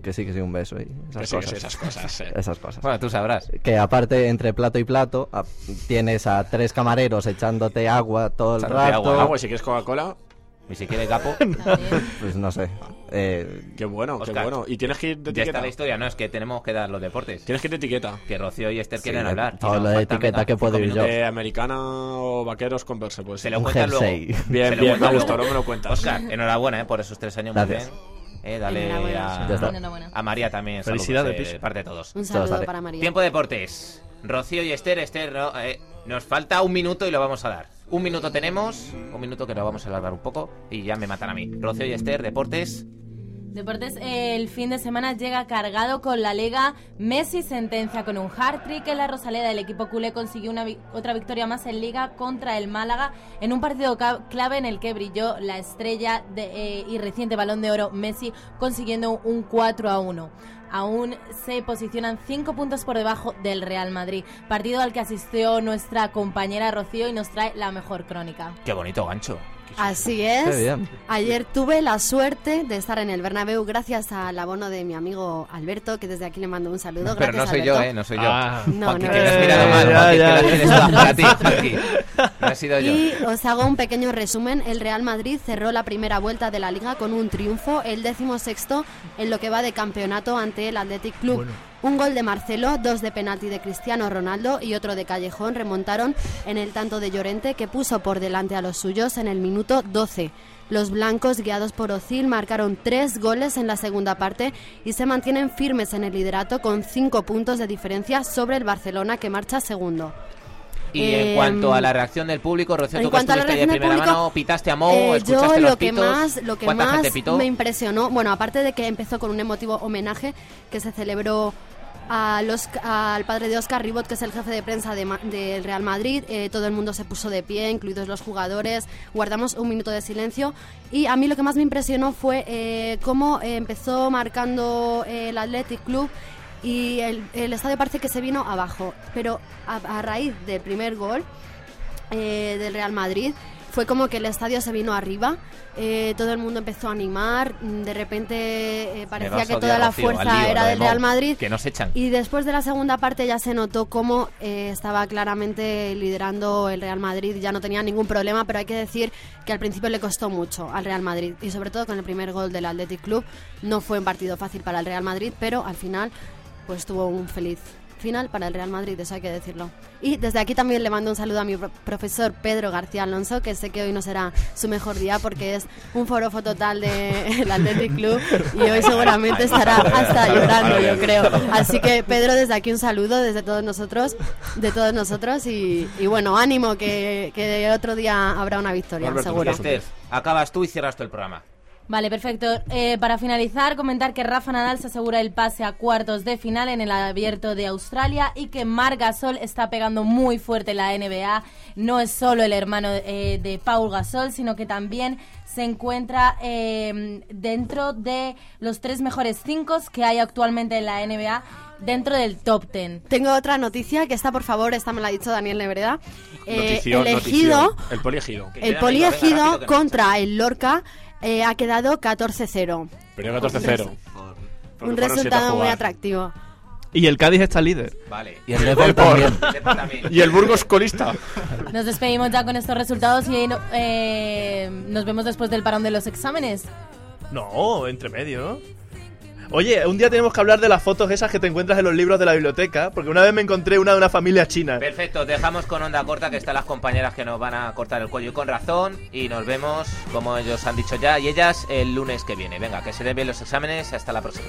S4: que sí, que sí, un beso y esas
S11: Que sí, que
S4: cosas.
S11: sí, esas cosas, eh.
S4: Esas cosas.
S3: Bueno, tú sabrás.
S4: Que aparte, entre plato y plato, a- tienes a tres camareros echándote agua todo el
S3: Echándote
S4: rato.
S3: agua,
S11: Agua, Ah, pues si quieres Coca-Cola,
S3: Ni siquiera el capo.
S4: Pues no sé. Eh,
S11: qué bueno, qué
S3: Oscar,
S11: bueno. Y tienes que ir de
S3: Ya está
S11: etiqueta.
S3: la historia, no, es que tenemos que dar los deportes.
S11: Tienes que ir de etiqueta.
S3: Que Rocío y Esther
S4: Sí,
S3: quieren hablar.
S4: todo
S3: Y nos
S4: lo de
S3: faltan,
S4: etiqueta
S3: venga,
S4: que puedo
S3: cinco
S4: ir yo.
S3: minutos.
S11: Eh, americana o vaqueros converse, pues.
S3: Se lo
S4: Un
S3: cuentas luego.
S4: jersey.
S11: Bien,
S3: Se lo
S11: bien,
S3: cuentas
S11: me ha
S3: luego.
S11: gustado, me lo cuentas.
S3: Oscar, enhorabuena eh, por esos tres años.
S4: Gracias.
S3: Muy bien. Eh, dale
S6: Enhorabuena,
S3: a,
S4: Ya está.
S6: enhorabuena.
S3: a María también.
S5: Felicidades,
S3: saludos, eh,
S5: Piso.
S3: de parte de todos.
S7: Un
S4: Todo
S7: saludo
S4: sale.
S7: para María.
S3: Tiempo deportes. Rocío y Esther, Esther, no, eh, nos falta un minuto y lo vamos a dar. Un minuto tenemos, un minuto que lo vamos a alargar un poco y ya me matan a mí. Rocío y Esther, deportes.
S6: Deportes, eh, el fin de semana llega cargado con la Lega. Messi sentencia con un hat-trick en la Rosaleda. El equipo culé consiguió una vi- otra victoria más en Liga contra el Málaga en un partido ca- clave en el que brilló la estrella de, eh, y reciente balón de oro Messi consiguiendo un 4 a 1. Aún se posicionan 5 puntos por debajo del Real Madrid, partido al que asistió nuestra compañera Rocío y nos trae la mejor crónica.
S3: Qué bonito gancho.
S7: Así
S4: Qué
S7: es.
S4: bien.
S7: Ayer tuve la suerte de estar en el Bernabéu gracias al abono de mi amigo Alberto, que desde aquí le mando un
S3: Pero
S7: saludo. Ah, Gracias,
S3: no soy yo,
S7: Alberto.
S3: eh, no soy yo.
S5: Ah.
S7: No,
S3: Juanqui,
S7: no,
S3: que me has
S5: no.
S3: mirado
S5: Eh,
S3: mal,
S5: ya,
S3: Juanqui, que
S5: ya,
S3: la
S5: ya.
S3: tienes toda para ti, Juanqui. No he sido yo.
S7: Y os hago un pequeño resumen. El Real Madrid cerró la primera vuelta de la liga con un triunfo, el décimo sexto en lo que va de campeonato ante el Athletic Club. Un gol de Marcelo, dos de penalti de Cristiano Ronaldo y otro de Callejón remontaron en el tanto de Llorente que puso por delante a los suyos en el minuto 12. Los blancos, guiados por Ozil, marcaron tres goles en la segunda parte y se mantienen firmes en el liderato con cinco puntos de diferencia sobre el Barcelona que marcha segundo.
S3: Y en
S7: Eh,
S3: cuanto a la reacción del público, Rocío,
S7: en
S3: tú que
S7: cuanto a la
S3: estuviste ahí de
S7: reacción del
S3: primera
S7: público,
S3: mano, pitaste a Mo,
S7: Eh,
S3: escuchaste
S7: yo
S3: los
S7: lo que
S3: pitos.
S7: más, lo que
S3: ¿Cuánta
S7: más
S3: gente pitó?
S7: me impresionó, bueno, aparte de que empezó con un emotivo homenaje que se celebró a los- al padre de Oscar Ribot, que es el jefe de prensa de Ma- del Real Madrid, eh, todo el mundo se puso de pie, incluidos los jugadores, guardamos un minuto de silencio y a mí lo que más me impresionó fue eh, cómo eh, empezó marcando eh, el Athletic Club y el, el estadio parece que se vino abajo, pero a- a raíz del primer gol eh, del Real Madrid. Fue como que el estadio se vino arriba, eh, todo el mundo empezó a animar, mm, de repente eh,
S3: Me
S7: parecía
S3: vas a
S7: que toda
S3: odiar,
S7: la
S3: Rocío, al
S7: fuerza
S3: lío,
S7: era
S3: lo de
S7: del
S3: Mo,
S7: Real Madrid.
S3: Que nos echan.
S7: Y después de la segunda parte ya se notó cómo eh, estaba claramente liderando el Real Madrid, ya no tenía ningún problema, pero hay que decir que al principio le costó mucho al Real Madrid y sobre todo con el primer gol del Athletic Club no fue un partido fácil para el Real Madrid, pero al final pues tuvo un feliz final para el Real Madrid, eso hay que decirlo. Y desde aquí también le mando un saludo a mi pro- profesor Pedro García Alonso, que sé que hoy no será su mejor día porque es un forofo total del Athletic Club y hoy seguramente estará hasta llorando, yo creo. Así que Pedro, desde aquí un saludo desde todos nosotros, de todos nosotros y, y bueno, ánimo que, que otro día habrá una victoria,
S3: Norberto,
S7: seguro.
S3: Esther, acabas tú y cierras tú el programa.
S6: Vale, perfecto. Eh, para finalizar, comentar que Rafa Nadal se asegura el pase a cuartos de final en el abierto de Australia y que Marc Gasol está pegando muy fuerte en la NBA. No es solo el hermano eh, de Paul Gasol, sino que también se encuentra eh, dentro de los tres mejores cinco que hay actualmente en la NBA dentro del top ten.
S7: Tengo otra noticia que está, por favor, esta me la ha dicho Daniel Nebreda. Eh,
S11: Notición,
S7: elegido
S11: notición. El poliegido.
S7: El poliegido contra el Lorca eh, ha quedado 14-0.
S11: Perdió 14-0.
S7: Un resultado muy atractivo.
S5: Y el Cádiz está líder.
S3: Vale.
S5: Y
S11: el Depor también. Y el Burgos colista.
S6: Nos despedimos ya con estos resultados y eh, nos vemos después del parón de los exámenes.
S1: No, entre medio, ¿no? Oye, un día tenemos que hablar de las fotos esas que te encuentras en los libros de la biblioteca, porque una vez me encontré una de una familia china.
S3: Perfecto, dejamos con onda corta que están las compañeras que nos van a cortar el cuello y con razón. Y nos vemos, como ellos han dicho ya, y ellas el lunes que viene. Venga, que se den bien los exámenes. Hasta la próxima.